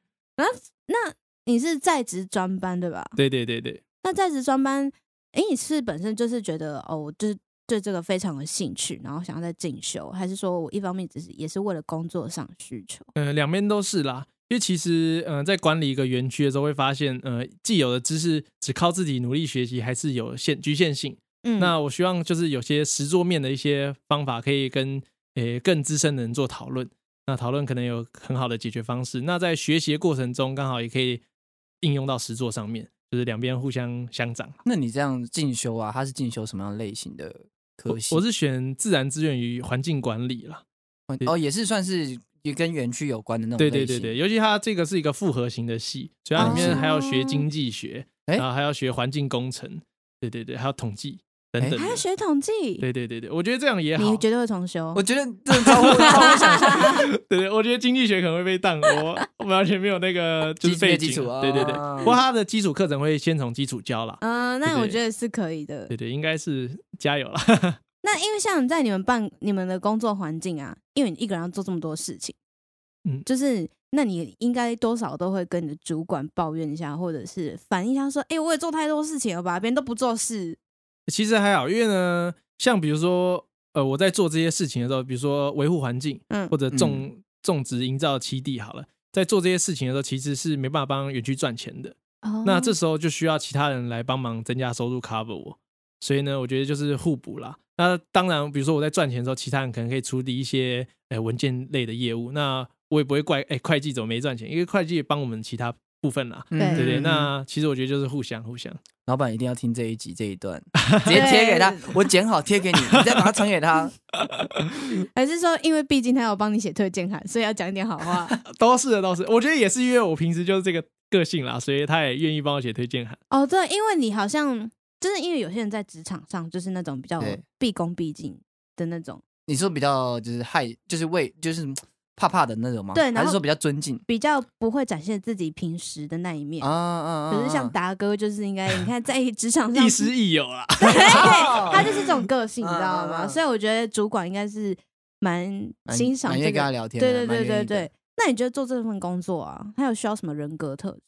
Speaker 2: 你是在职专班对吧？
Speaker 1: 对对对对，
Speaker 2: 那在职专班，诶，你是本身就是觉得哦，我就是对这个非常有兴趣，然后想要再进修，还是说我一方面只是也是为了工作上需求？
Speaker 1: 嗯、两边都是啦。因为其实，嗯、在管理一个园区的时候，会发现，呃，既有的知识只靠自己努力学习，还是有限局限性。
Speaker 2: 嗯，
Speaker 1: 那我希望就是有些实桌面的一些方法，可以跟诶、更资深的人做讨论。那讨论可能有很好的解决方式。那在学习的过程中，刚好也可以应用到实作上面，就是两边互相相长。
Speaker 3: 那你这样进修啊，它是进修什么样类型的科
Speaker 1: 我
Speaker 3: 系？
Speaker 1: 我是选自然资源与环境管理啦。
Speaker 3: 哦，也是算是也跟园区有关的那种
Speaker 1: 对
Speaker 3: 类
Speaker 1: 对
Speaker 3: 型。
Speaker 1: 对对，尤其它这个是一个复合型的系，所以它里面
Speaker 2: 哦
Speaker 1: 还要学经济学，
Speaker 3: 诶
Speaker 1: 然后还要学环境工程，对对对，还有统计等等的。
Speaker 2: 还要学统计，
Speaker 1: 对对对对，我觉得这样也好。
Speaker 2: 你绝对会重修
Speaker 3: 我。觉得真的超乎超乎想象。
Speaker 1: 对对，我觉得经济学可能会被当，我我完全没有那个就是
Speaker 3: 基没有
Speaker 1: 背
Speaker 3: 基
Speaker 1: 景
Speaker 3: 础啊
Speaker 1: 对对对，不过他的基础课程会先从基础教啦。
Speaker 2: 嗯、那
Speaker 1: 对
Speaker 2: 我
Speaker 1: 对
Speaker 2: 觉得是可以的
Speaker 1: 对。对，应该是加油啦。
Speaker 2: 那因为像在你们办你们的工作环境啊，因为你一个人要做这么多事情，
Speaker 1: 嗯
Speaker 2: 就是那你应该多少都会跟你的主管抱怨一下，或者是反映一下说，哎、我也做太多事情了吧，别人都不做事，
Speaker 1: 其实还好，因为呢，像比如说呃，我在做这些事情的时候，比如说维护环境
Speaker 2: 嗯
Speaker 1: 或，者种种植营造基地好了，在做这些事情的时候，其实是没办法帮园区赚钱的。
Speaker 2: 哦
Speaker 1: 那这时候就需要其他人来帮忙增加收入 cover 我，所以呢，我觉得就是互补啦。那当然，比如说我在赚钱的时候，其他人可能可以处理一些呃文件类的业务，那我也不会怪哎、会计怎么没赚钱，因为会计也帮我们其他部分啦。
Speaker 3: 嗯
Speaker 2: 对
Speaker 1: 对不对，
Speaker 3: 嗯
Speaker 1: 那其实我觉得就是互相互相，
Speaker 3: 老板一定要听这一集这 一段，直接贴给他，我剪好贴给你，你再把它传给他。
Speaker 2: 还是说，因为毕竟他有帮你写推荐函，所以要讲一点好 话
Speaker 1: 都是的，都是。我觉得也是因为我平时就是这个个性啦，所以他也愿意帮我写推荐函。
Speaker 2: 哦。对，因为你好像真的，因为有些人在职场上就是那种比较
Speaker 3: 对
Speaker 2: 毕恭毕敬的那种，
Speaker 3: 你说比较就是害，就是为就是嗯怕怕的那种吗？
Speaker 2: 对然后
Speaker 3: 还是说比较尊敬？
Speaker 2: 比较不会展现自己平时的那一面。
Speaker 3: 啊啊啊！
Speaker 2: 可是像
Speaker 3: 啊
Speaker 2: 达哥就是应该，你看在职场
Speaker 1: 亦
Speaker 2: 上
Speaker 1: 师亦友啦，
Speaker 3: 啊
Speaker 2: 他就是这种个性，你知道
Speaker 3: 嗯嗯
Speaker 2: 吗？
Speaker 3: 嗯
Speaker 2: 所以我觉得主管应该是蛮
Speaker 3: 蛮
Speaker 2: 欣赏
Speaker 3: 蛮愿
Speaker 2: 这
Speaker 3: 意跟他
Speaker 2: 个。
Speaker 3: 聊天的，
Speaker 2: 对对对
Speaker 3: 蛮愿
Speaker 2: 对
Speaker 3: 意的
Speaker 2: 对。。那你觉得做这份工作啊，他有需要什么人格特质？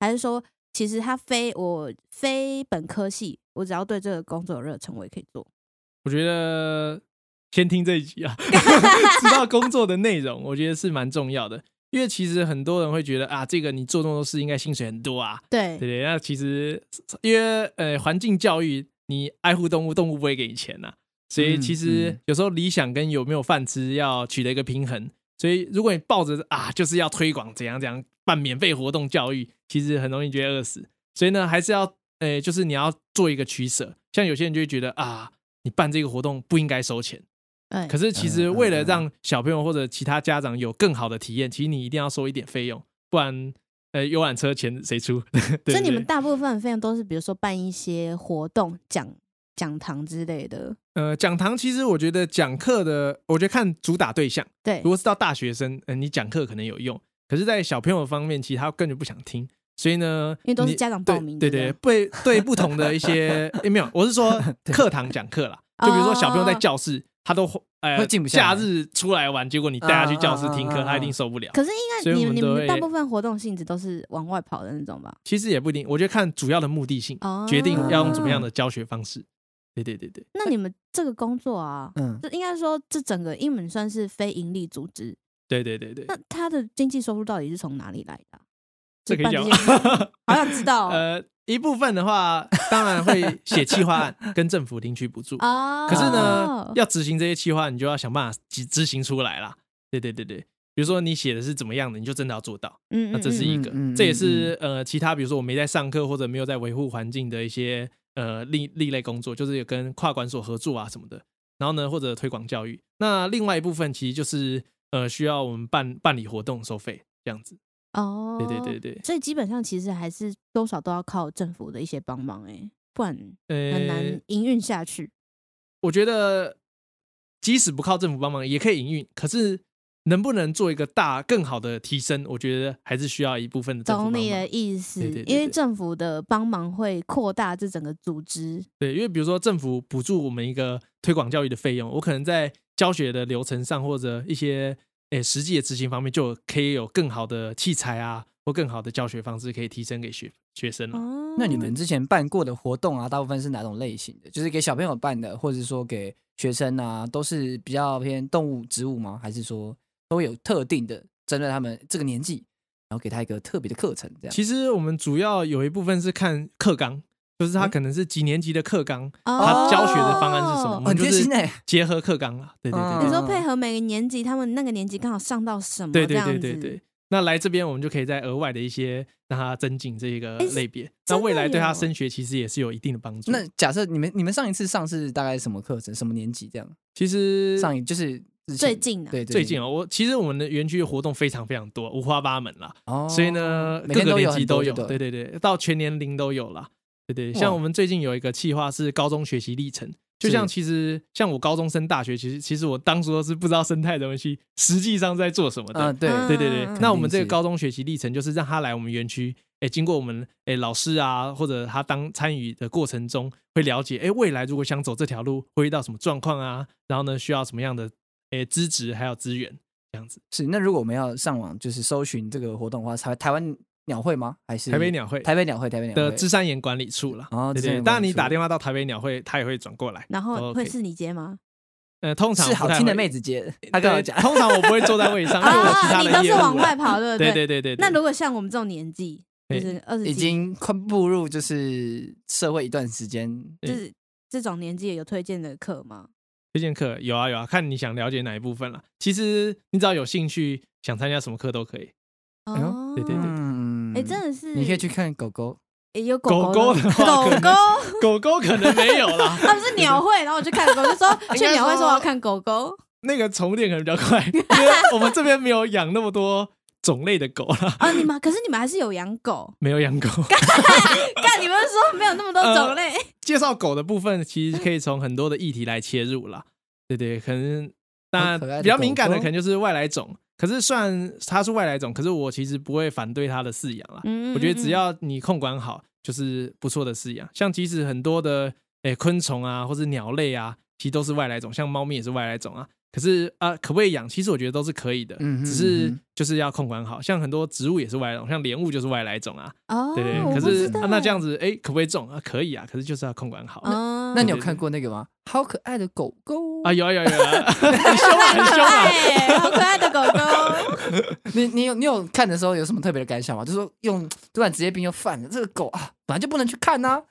Speaker 2: 还是说，其实他非我非本科系，我只要对这个工作有热忱，我也可以做？
Speaker 1: 我觉得先听这一集啊， 知道工作的内容，我觉得是蛮重要的。因为其实很多人会觉得啊，这个你做这么多事，应该薪水很多啊，对
Speaker 2: 对
Speaker 1: 不对？那其实因为呃环境教育，你爱护动物，动物不会给你钱呐、所以
Speaker 3: 嗯
Speaker 1: 其实
Speaker 3: 嗯
Speaker 1: 有时候理想跟有没有饭吃要取得一个平衡。所以如果你抱着啊就是要推广怎样怎样办免费活动教育，其实很容易觉得饿死。所以呢，还是要呃就是你要做一个取舍。像有些人就会觉得啊，你办这个活动不应该收钱，
Speaker 2: 对
Speaker 1: 可是其实
Speaker 3: 嗯嗯
Speaker 1: 为了
Speaker 3: 嗯
Speaker 1: 让小朋友或者其他家长有更好的体验，其实你一定要收一点费用，不然呃游览车钱谁出？ 对
Speaker 2: 所以你
Speaker 1: 对
Speaker 2: 们大部分的费用都是，比如说办一些活动、讲讲堂之类的。
Speaker 1: 呃讲堂其实我觉得讲课的，我觉得看主打对象，
Speaker 2: 对
Speaker 1: 如，果是到大学生，嗯、你讲课可能有用，可是，在小朋友方面，其实他根本不想听。所以呢，
Speaker 2: 因为都是
Speaker 1: 你
Speaker 2: 家长
Speaker 1: 对
Speaker 2: 报名
Speaker 1: 对
Speaker 2: 对
Speaker 1: 对，
Speaker 2: 不
Speaker 1: 对对不同的一些、诶没有，我是说课堂讲课啦，就比如说小朋友在
Speaker 2: 哦
Speaker 1: 教室，他都呃
Speaker 3: 会静不下
Speaker 1: 假
Speaker 3: 来
Speaker 1: 日出来玩，结果你带他去教室听
Speaker 3: 啊啊
Speaker 1: 课，
Speaker 3: 啊啊
Speaker 1: 他一定受不了。
Speaker 2: 可是应
Speaker 1: 所
Speaker 2: 该
Speaker 1: 以
Speaker 2: 你
Speaker 1: 我们
Speaker 2: 你
Speaker 1: 都
Speaker 2: 们
Speaker 1: 会
Speaker 2: 大部分活动性质都是往外跑的那种吧？
Speaker 1: 其实也不一定，我觉得看主要的目的性，
Speaker 2: 哦
Speaker 1: 决定要用怎么样的教学方式。对对对对，
Speaker 2: 那你们这个工作啊，
Speaker 3: 嗯，
Speaker 2: 这应该说这整个英文算是非盈利组织，
Speaker 1: 对对对对
Speaker 2: 那，它的经济收入到底是从哪里来的啊、
Speaker 1: 这可以
Speaker 2: 办
Speaker 1: 讲
Speaker 2: 这
Speaker 1: 吗
Speaker 2: 些事情好想知道哦
Speaker 1: 呃，一部分的话，当然会写企划案跟政府领取补助，
Speaker 2: 啊
Speaker 1: 可是呢，要执行这些企划，你就要想办法执执行出来啦。对对对对，比如说你写的是怎么样的，你就真的要做到。
Speaker 2: 嗯，
Speaker 1: 那这是一个
Speaker 3: 嗯嗯嗯，
Speaker 1: 这也是呃其他比如说我没在上课或者没有在维护环境的一些呃另另类工作，就是有跟跨管所合作啊什么的。然后呢，或者推广教育。那另外一部分其实就是呃需要我们办办理活动收费这样子。
Speaker 2: 哦，
Speaker 1: 对对对，对，
Speaker 2: 所以基本上其实还是多少都要靠政府的一些帮忙哎、不然
Speaker 1: 呃，
Speaker 2: 很难营运下去。
Speaker 1: 我觉得即使不靠政府帮忙也可以营运，可是能不能做一个大更好的提升，我觉得还是需要一部分的政府帮
Speaker 2: 懂
Speaker 1: 忙。
Speaker 2: 你的意思，
Speaker 1: 对对对
Speaker 2: 因为
Speaker 1: 对
Speaker 2: 政府的帮忙会扩大这整个组织。
Speaker 1: 对，因为比如说政府补助我们一个推广教育的费用，我可能在教学的流程上或者一些诶实际的执行方面，就可以有更好的器材啊，或更好的教学方式可以提升给学学生了。
Speaker 2: 哦，
Speaker 3: 那你们之前办过的活动啊，大部分是哪种类型的？就是给小朋友办的，或者是说给学生啊，都是比较偏动物、植物吗？还是说都有特定的，针对他们这个年纪，然后给他一个特别的课程这样？
Speaker 1: 其实我们主要有一部分是看课纲，就是他
Speaker 3: 诶
Speaker 1: 可能是几年级的课纲，
Speaker 2: 哦
Speaker 1: 他教学的方案是什么，我
Speaker 3: 哦
Speaker 1: 们
Speaker 3: 很
Speaker 1: 就
Speaker 3: 贴
Speaker 1: 是
Speaker 3: 心哎、
Speaker 1: 结合课纲啊啦。对对对
Speaker 3: 嗯
Speaker 1: 对
Speaker 2: 你说配合每个年级，他们那个年级刚好上到什么
Speaker 1: 对
Speaker 2: 这
Speaker 1: 对
Speaker 2: 样
Speaker 1: 对
Speaker 2: 子？
Speaker 1: 对对。那来这边，我们就可以再额外的一些让他增进这个
Speaker 2: 诶是
Speaker 1: 类别，那
Speaker 2: 真的
Speaker 1: 未来对他
Speaker 2: 耶
Speaker 1: 升学其实也是有一定的帮助。
Speaker 3: 那假设你们你们上一次上是大概什么课程？什么年级这样？
Speaker 1: 其实
Speaker 3: 上一就是之前
Speaker 2: 最近啊
Speaker 3: 对
Speaker 1: 最近
Speaker 3: 哦
Speaker 1: 啊，我其实我们的园区活动非常非常多，五花八门啦，
Speaker 3: 哦
Speaker 1: 所以呢，
Speaker 3: 每
Speaker 1: 各
Speaker 3: 天
Speaker 1: 个
Speaker 3: 都
Speaker 1: 年
Speaker 3: 有
Speaker 1: 级
Speaker 3: 很
Speaker 1: 都
Speaker 3: 多
Speaker 1: 有，
Speaker 3: 就
Speaker 1: 对
Speaker 3: 对了，
Speaker 1: 对对，到全年龄都有啦，对对。
Speaker 3: 哇
Speaker 1: 像我们最近有一个计划是高中学习历程，就是像其实像我高中升大学，其实其实我当初都是不知道生态的东西实际上在做什么的，
Speaker 3: 嗯对
Speaker 2: 嗯
Speaker 1: 对对对
Speaker 2: 嗯嗯，
Speaker 1: 那我们这个
Speaker 3: 是
Speaker 1: 高中学习历程就是让他来我们园区，哎，经过我们哎老师啊，或者他当参与的过程中，会了解哎未来如果想走这条路会遇到什么状况啊，然后呢需要什么样的哎资质还有资源这样子。
Speaker 3: 是那如果我们要上网就是搜寻这个活动的话，台台湾鸟会吗？还是
Speaker 2: 嗯
Speaker 1: 台北鸟会
Speaker 3: 台北鸟会，台北鸟
Speaker 1: 的
Speaker 3: 会
Speaker 1: 芝山岩管理处啦，
Speaker 3: 哦
Speaker 1: 对
Speaker 3: 芝山
Speaker 1: 对，
Speaker 3: 岩
Speaker 1: 当
Speaker 3: 管
Speaker 1: 然
Speaker 3: 理
Speaker 1: 你
Speaker 3: 处
Speaker 1: 打电话到台北鸟会，他也会转过来。
Speaker 2: 然
Speaker 1: 都
Speaker 2: 后会
Speaker 1: OK
Speaker 2: 是你接吗？
Speaker 1: 呃，通常
Speaker 3: 是好
Speaker 1: 不太
Speaker 3: 听的
Speaker 1: 会
Speaker 3: 妹子接，
Speaker 1: 对
Speaker 3: 她跟 我讲，
Speaker 1: 通常我不会坐在位上，因为我其他
Speaker 2: 啊你
Speaker 1: 的
Speaker 2: 都
Speaker 1: 业
Speaker 2: 是
Speaker 1: 务
Speaker 2: 往
Speaker 1: 啦
Speaker 2: 外跑，对不
Speaker 1: 对
Speaker 2: 对
Speaker 1: 对对对。
Speaker 2: 那
Speaker 1: 对
Speaker 2: 如果像我们这种年纪，就
Speaker 1: 嘿
Speaker 2: 是二十
Speaker 3: 已经快步入就是社会一段时间，
Speaker 2: 就是这种年纪有推荐的课吗？
Speaker 1: 推荐课有啊有啊，看你想了解哪一部分啦。其实你只要有兴趣，想参加什么课都可以。
Speaker 3: 呦
Speaker 2: 哦，
Speaker 1: 哎对对对
Speaker 3: 嗯，
Speaker 2: 哎，真的是，嗯
Speaker 3: 你可以去看狗狗，
Speaker 2: 诶有
Speaker 1: 狗
Speaker 2: 狗狗
Speaker 1: 狗的话
Speaker 2: 狗
Speaker 1: 可能
Speaker 2: 狗，
Speaker 1: 狗狗可能没有 啦，
Speaker 2: 他们是 鸟会，然后我去看狗，就说去鸟会说我要看狗狗
Speaker 1: 那个宠物店可能比较快，因为我们这边没有养那么多种类的狗啦，
Speaker 2: 啊，你们可是你们还是有养狗，
Speaker 1: 没有养狗。
Speaker 2: 干你们说没有那么多种类，
Speaker 1: 介绍狗的部分，其实可以从很多的议题来切入啦。对对，可能那
Speaker 3: 好可爱的
Speaker 1: 比较敏感的
Speaker 3: 狗狗
Speaker 1: 可能就是外来种，可是虽然它是外来种，可是我其实不会反对它的饲养啦。
Speaker 2: 嗯，
Speaker 1: 我觉得只要你控管好，就是不错的饲养。像即使很多的诶、昆虫啊，或是鸟类啊，其实都是外来种，像猫咪也是外来种啊。可是啊、可不可以养？其实我觉得都是可以的，
Speaker 3: 嗯哼
Speaker 1: 只
Speaker 3: 嗯
Speaker 1: 是
Speaker 3: 哼
Speaker 1: 就是要控管好。像很多植物也是外来种，像莲雾就是外来种啊，
Speaker 2: 哦，
Speaker 1: 对对。
Speaker 2: 我
Speaker 1: 可
Speaker 2: 不
Speaker 1: 是
Speaker 2: 知道欸
Speaker 1: 啊那这样子，哎、可不可以种啊？可以啊，可是就是要控管好。
Speaker 2: 哦，
Speaker 3: 那你
Speaker 1: 对
Speaker 3: 有
Speaker 1: 对
Speaker 3: 看
Speaker 1: 对
Speaker 3: 过那个吗？好可爱的狗狗
Speaker 1: 啊，！有啊有啊有啊， 很凶啊，很
Speaker 2: 很
Speaker 1: 凶
Speaker 2: 可
Speaker 1: 啊！
Speaker 2: 爱，欸好可爱的狗 狗，
Speaker 3: 你你有你有看的时候有什么特别的感想吗？就说用突然职业病又犯了，这个狗啊，本来就不能去看呐、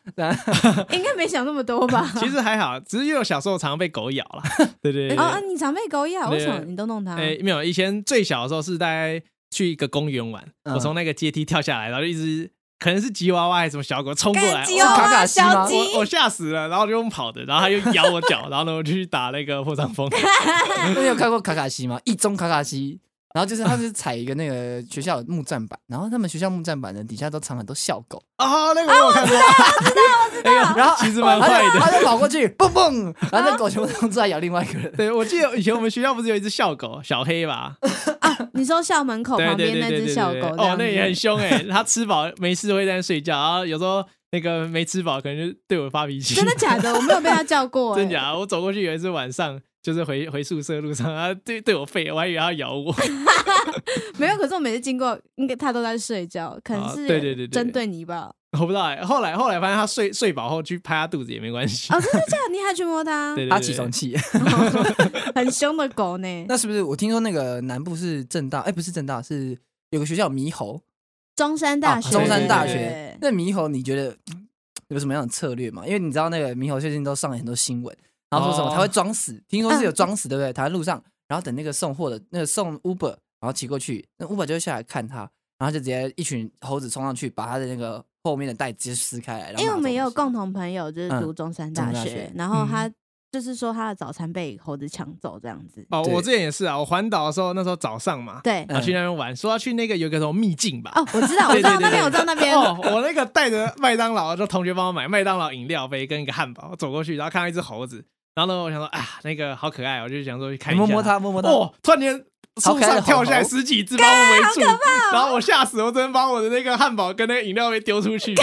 Speaker 2: 应该没想那么多吧？
Speaker 1: 其实还好，只是因为我小时候常常被狗咬了。 对对对
Speaker 2: 哦，啊你常被狗咬，
Speaker 1: 对
Speaker 2: 为什么你都弄它？
Speaker 1: 哎、没有，以前最小的时候是大概去一个公园玩，
Speaker 3: 嗯
Speaker 1: 我从那个阶梯跳下来，然后就一只可能是吉娃娃还是什么小狗冲过来哦
Speaker 2: 干，
Speaker 3: 是
Speaker 2: 娃
Speaker 3: 卡卡西
Speaker 2: 小
Speaker 3: 吗
Speaker 2: 鸡，
Speaker 1: 我我吓死了，然后就用跑的，然后它又咬我脚，然后呢我就去打那个破伤 风，
Speaker 3: 那你有看过卡卡西吗？一中卡卡西，然后就是他是踩一个那个学校的木栈板，然后他们学校木栈板的底下都藏很多校狗，
Speaker 1: 啊，那个我有看过， 那个
Speaker 3: 然后
Speaker 1: 其实蛮
Speaker 3: 他
Speaker 1: 坏
Speaker 3: 就
Speaker 1: 的。
Speaker 3: 他就跑过去，蹦蹦，然后那狗全部冲出来咬另外一个人。
Speaker 1: 对，我记得以前我们学校不是有一只小狗，小黑吧？
Speaker 2: 你说校门口
Speaker 1: 对
Speaker 2: 哦旁
Speaker 1: 对
Speaker 2: 边
Speaker 1: 对
Speaker 2: 那
Speaker 1: 对对
Speaker 2: 只
Speaker 1: 对
Speaker 2: 小
Speaker 1: 对
Speaker 2: 狗，
Speaker 1: 哦，那
Speaker 2: 这
Speaker 1: 也
Speaker 2: 样
Speaker 1: 很
Speaker 2: 子
Speaker 1: 凶哎， 它吃饱没事会在那睡觉，然后有时候那个没吃饱可能就对我发脾气，
Speaker 2: 真的假的？我没有被它叫过，哎
Speaker 1: 真假？我走过去有一次晚上，就是回回宿舍路上，他对对我吠，我还以为他咬我。
Speaker 2: 没有，可是我每次经过，应该它都在睡觉，可能
Speaker 1: 啊
Speaker 2: 是
Speaker 1: 对对对对
Speaker 2: 针对你吧？
Speaker 1: 我不知道、欸，后来后来发现他睡睡饱后去拍他肚子也没关系。
Speaker 3: 啊
Speaker 2: 哦，真的假的？你还去摸它？ 哦
Speaker 1: 对对对
Speaker 3: 他起床气，
Speaker 2: 很凶的狗呢？
Speaker 3: 那是不是？我听说那个南部是正大，哎，不是正大，是有个学校有猕猴，
Speaker 2: 中山大学，
Speaker 3: 啊中山大
Speaker 2: 对
Speaker 3: 学。那猕猴你觉得嗯有什么样的策略吗？因为你知道那个猕猴最近都上了很多新闻，然后说什么
Speaker 1: 哦
Speaker 3: 它会装死，听说
Speaker 2: 嗯
Speaker 3: 是有装死，对不对？它在路上，然后等那个送货的那个送 Uber，然后骑过去，那 Uber 就会下来看它，然后就直接一群猴子冲上去，把它的那个后面的袋直接撕开来。然后
Speaker 2: 因为我们也有
Speaker 3: 拿走东
Speaker 2: 共
Speaker 3: 西
Speaker 2: 同朋友就是
Speaker 3: 嗯
Speaker 2: 读中山
Speaker 3: 中
Speaker 2: 大
Speaker 3: 山大
Speaker 2: 学
Speaker 3: 学，
Speaker 2: 然后
Speaker 1: 嗯
Speaker 2: 他就是说他的早餐被猴子抢走这样子。
Speaker 1: 哦，
Speaker 3: 对嗯
Speaker 1: 我之前也是啊，我环岛的时候那时候早上嘛，啊
Speaker 2: 对，
Speaker 1: 然后去那边玩，说要去那个有个什么秘境
Speaker 3: 啊
Speaker 1: 吧。
Speaker 2: 哦，我知道，我知道
Speaker 1: 对对对
Speaker 2: 那边，我知道那边。
Speaker 1: 哦，我那个带着麦当劳，就同学帮我买麦当劳饮料杯跟一个汉堡，我走过去，然后看到一只猴子，然后呢，我想说啊，那个好可爱哦，我就想说去看
Speaker 3: 你
Speaker 1: 一下。
Speaker 3: 摸摸它，摸摸它。
Speaker 1: 哦，突然间
Speaker 3: 好
Speaker 1: 树
Speaker 3: 可爱
Speaker 1: 上
Speaker 3: 的
Speaker 1: 跳下来
Speaker 3: 猴猴
Speaker 1: 十几只把我围住，
Speaker 3: 哦
Speaker 1: 然后我吓死，我真的把我的那个汉堡跟那个饮料杯丢出 去，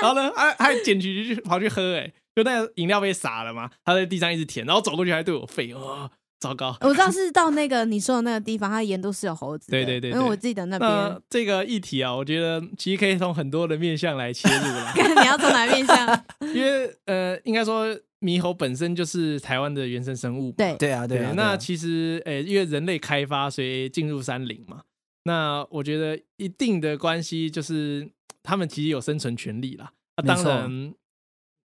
Speaker 1: 然后呢，还还捡起去跑去喝、欸，哎，就那个饮料杯洒了嘛，他在地上一直舔，然后走过去还对我吠，哦，糟糕。
Speaker 2: 我知道是到那个你说的那个地方，它沿途是有猴子的。
Speaker 1: 对对对对
Speaker 2: 因为我记得那
Speaker 1: 那
Speaker 2: 边。，
Speaker 1: 这个议题啊，我觉得其实可以从很多的面向来切入啦
Speaker 2: 看 你要从哪面向？
Speaker 1: 因为呃，应该说猕猴本身就是台湾的原生生物嘛，
Speaker 2: 对，
Speaker 3: 对啊，对啊。
Speaker 1: 那
Speaker 3: 对啊
Speaker 1: 其实诶、因为人类开发，所以进入山林嘛。那我觉得一定的关系就是，他们其实有生存权利啦。那、
Speaker 3: 没
Speaker 1: 当
Speaker 3: 错
Speaker 1: 然，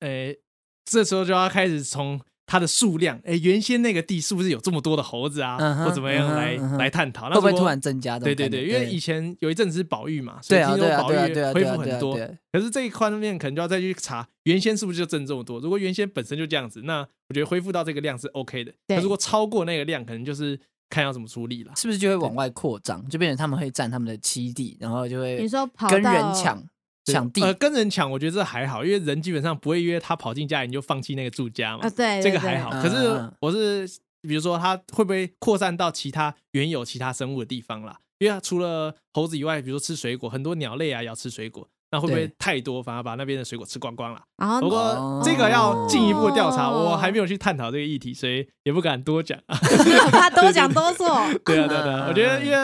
Speaker 1: 诶、这时候就要开始从它的数量，诶、原先那个地是不是有这么多的猴子啊，
Speaker 3: 嗯哼
Speaker 1: 或怎么样
Speaker 3: 嗯哼
Speaker 1: 来、
Speaker 3: 嗯哼
Speaker 1: 来探讨？那
Speaker 3: 会不会
Speaker 1: 如果
Speaker 3: 突然？增加这
Speaker 1: 对对
Speaker 3: 种感觉？
Speaker 1: 对，因为以前有一阵子是保育嘛，所
Speaker 3: 对
Speaker 1: 以
Speaker 3: 啊
Speaker 1: 听说
Speaker 3: 对啊
Speaker 1: 保
Speaker 3: 对啊对
Speaker 1: 育
Speaker 3: 啊
Speaker 1: 恢
Speaker 3: 对啊
Speaker 1: 复
Speaker 3: 对
Speaker 1: 很
Speaker 3: 啊
Speaker 1: 多
Speaker 3: 对。啊。
Speaker 1: 可是这一块面可能就要再去查，原先是不是就挣这么多？如果原先本身就这样子，那我觉得恢复到这个量是 OK 的。
Speaker 2: 对
Speaker 1: 那如果超过那个量，可能就是看要怎么处理了。
Speaker 3: 是不是就会往外扩张？就变成他们会占他们的栖地，然后就会
Speaker 2: 你说跑
Speaker 3: 跟人
Speaker 2: 到
Speaker 3: 抢抢地
Speaker 1: 呃，跟人抢，我觉得这还好，因为人基本上不会约他跑进家里你就放弃那个住家嘛，
Speaker 2: 啊，对，对
Speaker 1: 这个还好。
Speaker 2: 对
Speaker 3: 嗯
Speaker 1: 可是
Speaker 3: 嗯
Speaker 1: 我是比如说，它会不会扩散到其他原有其他生物的地方啦？因为它除了猴子以外，比如说吃水果，很多鸟类啊也要吃水果，那会不会
Speaker 3: 对
Speaker 1: 太多，反而把那边的水果吃光光了？
Speaker 2: 然后
Speaker 1: 不过
Speaker 3: 哦
Speaker 1: 这个要进一步调查，
Speaker 2: 哦
Speaker 1: 我还没有去探讨这个议题，所以也不敢多 讲。
Speaker 2: 你怕多讲多做，
Speaker 1: 对啊，对啊对啊，
Speaker 3: 嗯
Speaker 1: 我觉得因为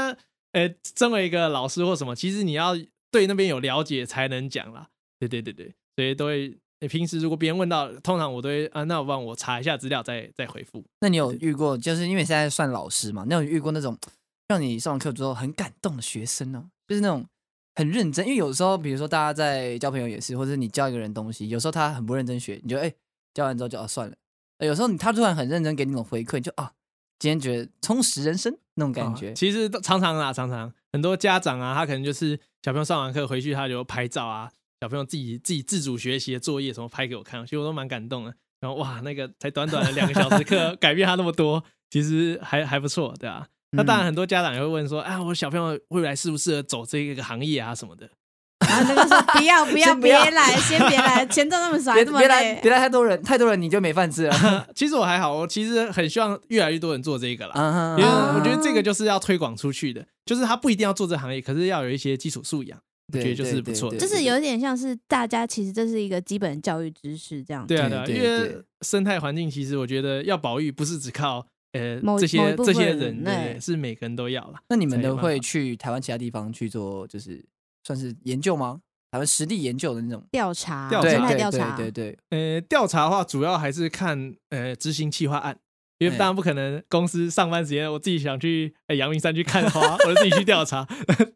Speaker 1: 呃，身为一个老师或什么，其实你要对那边有了解才能讲啦。对对对对，所以都会。呃平时如果别人问到，通常我都会啊，那我帮我查一下资料再再回复。
Speaker 3: 那你有遇过，就是因为你现在算老师嘛，那有遇过那种让你上完课之后很感动的学生呢、就是那种很认真，因为有时候比如说大家在交朋友也是，或者你教一个人东西，有时候他很不认真学，你就哎、教完之后就哦算了，呃有时候你他突然很认真给你那种回馈，你就啊今天觉得充实人生那种感觉
Speaker 1: 啊。其实都常常啊，常常很多家长啊，他可能就是小朋友上完课回去，他就拍照啊，小朋友自己自己自主学习的作业什么拍给我看，其实我都蛮感动的。然后哇，那个才短短的两个小时 课，改变他那么多，其实还还不错，对啊。那当
Speaker 3: 嗯
Speaker 1: 然，很多家长也会问说，啊，我小朋友未来适不适合走这个行业啊什么的。
Speaker 2: 然后那个说不要不要
Speaker 3: 先不要
Speaker 2: 别来，先别来，钱赚那么少，还
Speaker 3: 别
Speaker 2: 这么
Speaker 3: 别来
Speaker 2: 累。
Speaker 3: 别来太多人，太多人你就没 饭吃了。
Speaker 1: 其实我还好，我其实很希望越来越多人做这个啦，
Speaker 3: 嗯
Speaker 1: 因为我觉得这个就是要推广出去的，就是他不一定要做这行业，可是要有一些基础素养，我觉得就是不错的。
Speaker 2: 就
Speaker 3: 对
Speaker 2: 是有点像是大家其实这是一个基本教育知识这样。
Speaker 1: 对啊，对
Speaker 3: 对
Speaker 1: 啊，
Speaker 3: 对
Speaker 1: 因为
Speaker 3: 对
Speaker 1: 生态环境其实我觉得要保育，不是只靠呃
Speaker 2: 某
Speaker 1: 这
Speaker 2: 某
Speaker 1: 些
Speaker 2: 一部
Speaker 1: 这
Speaker 2: 分
Speaker 1: 些
Speaker 2: 人
Speaker 1: 人，对对
Speaker 2: 对
Speaker 1: 是每个人都要啦。
Speaker 3: 那你们
Speaker 1: 才有
Speaker 3: 都
Speaker 1: 办
Speaker 3: 会
Speaker 1: 法
Speaker 3: 去台湾其他地方去做，就是算是研究吗？台湾实地研究的那种。
Speaker 2: 调查，
Speaker 1: 调
Speaker 3: 对
Speaker 2: 生
Speaker 1: 查
Speaker 2: 态
Speaker 3: 对
Speaker 2: 调
Speaker 3: 对
Speaker 2: 查，
Speaker 3: 对对，
Speaker 1: 呃，调查的话，主要还是看呃执行企划案，因为
Speaker 3: 哎
Speaker 1: 当然不可能公司上班时间我自己想去呃阳明山去看花， 我就自己去调查，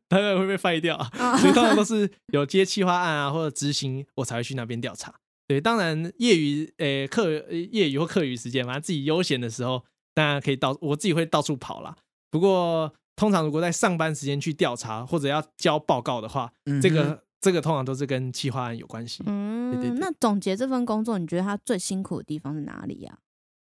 Speaker 1: 他们会被废掉啊。
Speaker 3: 哦
Speaker 2: 嗯
Speaker 1: 所以通常都是有接企划案啊或者执行，我才会去那边调查。对，当然业余呃课呃业余或课余时间，反正自己悠闲的时候，当然可以到我自己会到处跑啦。不过通常如果在上班时间去调查或者要交报告的话，这
Speaker 3: 嗯哼
Speaker 1: 个这个通常都是跟企划案有关系。对对
Speaker 2: 嗯，
Speaker 1: 对
Speaker 2: 那总结这份工作，你觉得它最辛苦的地方是哪里啊呀？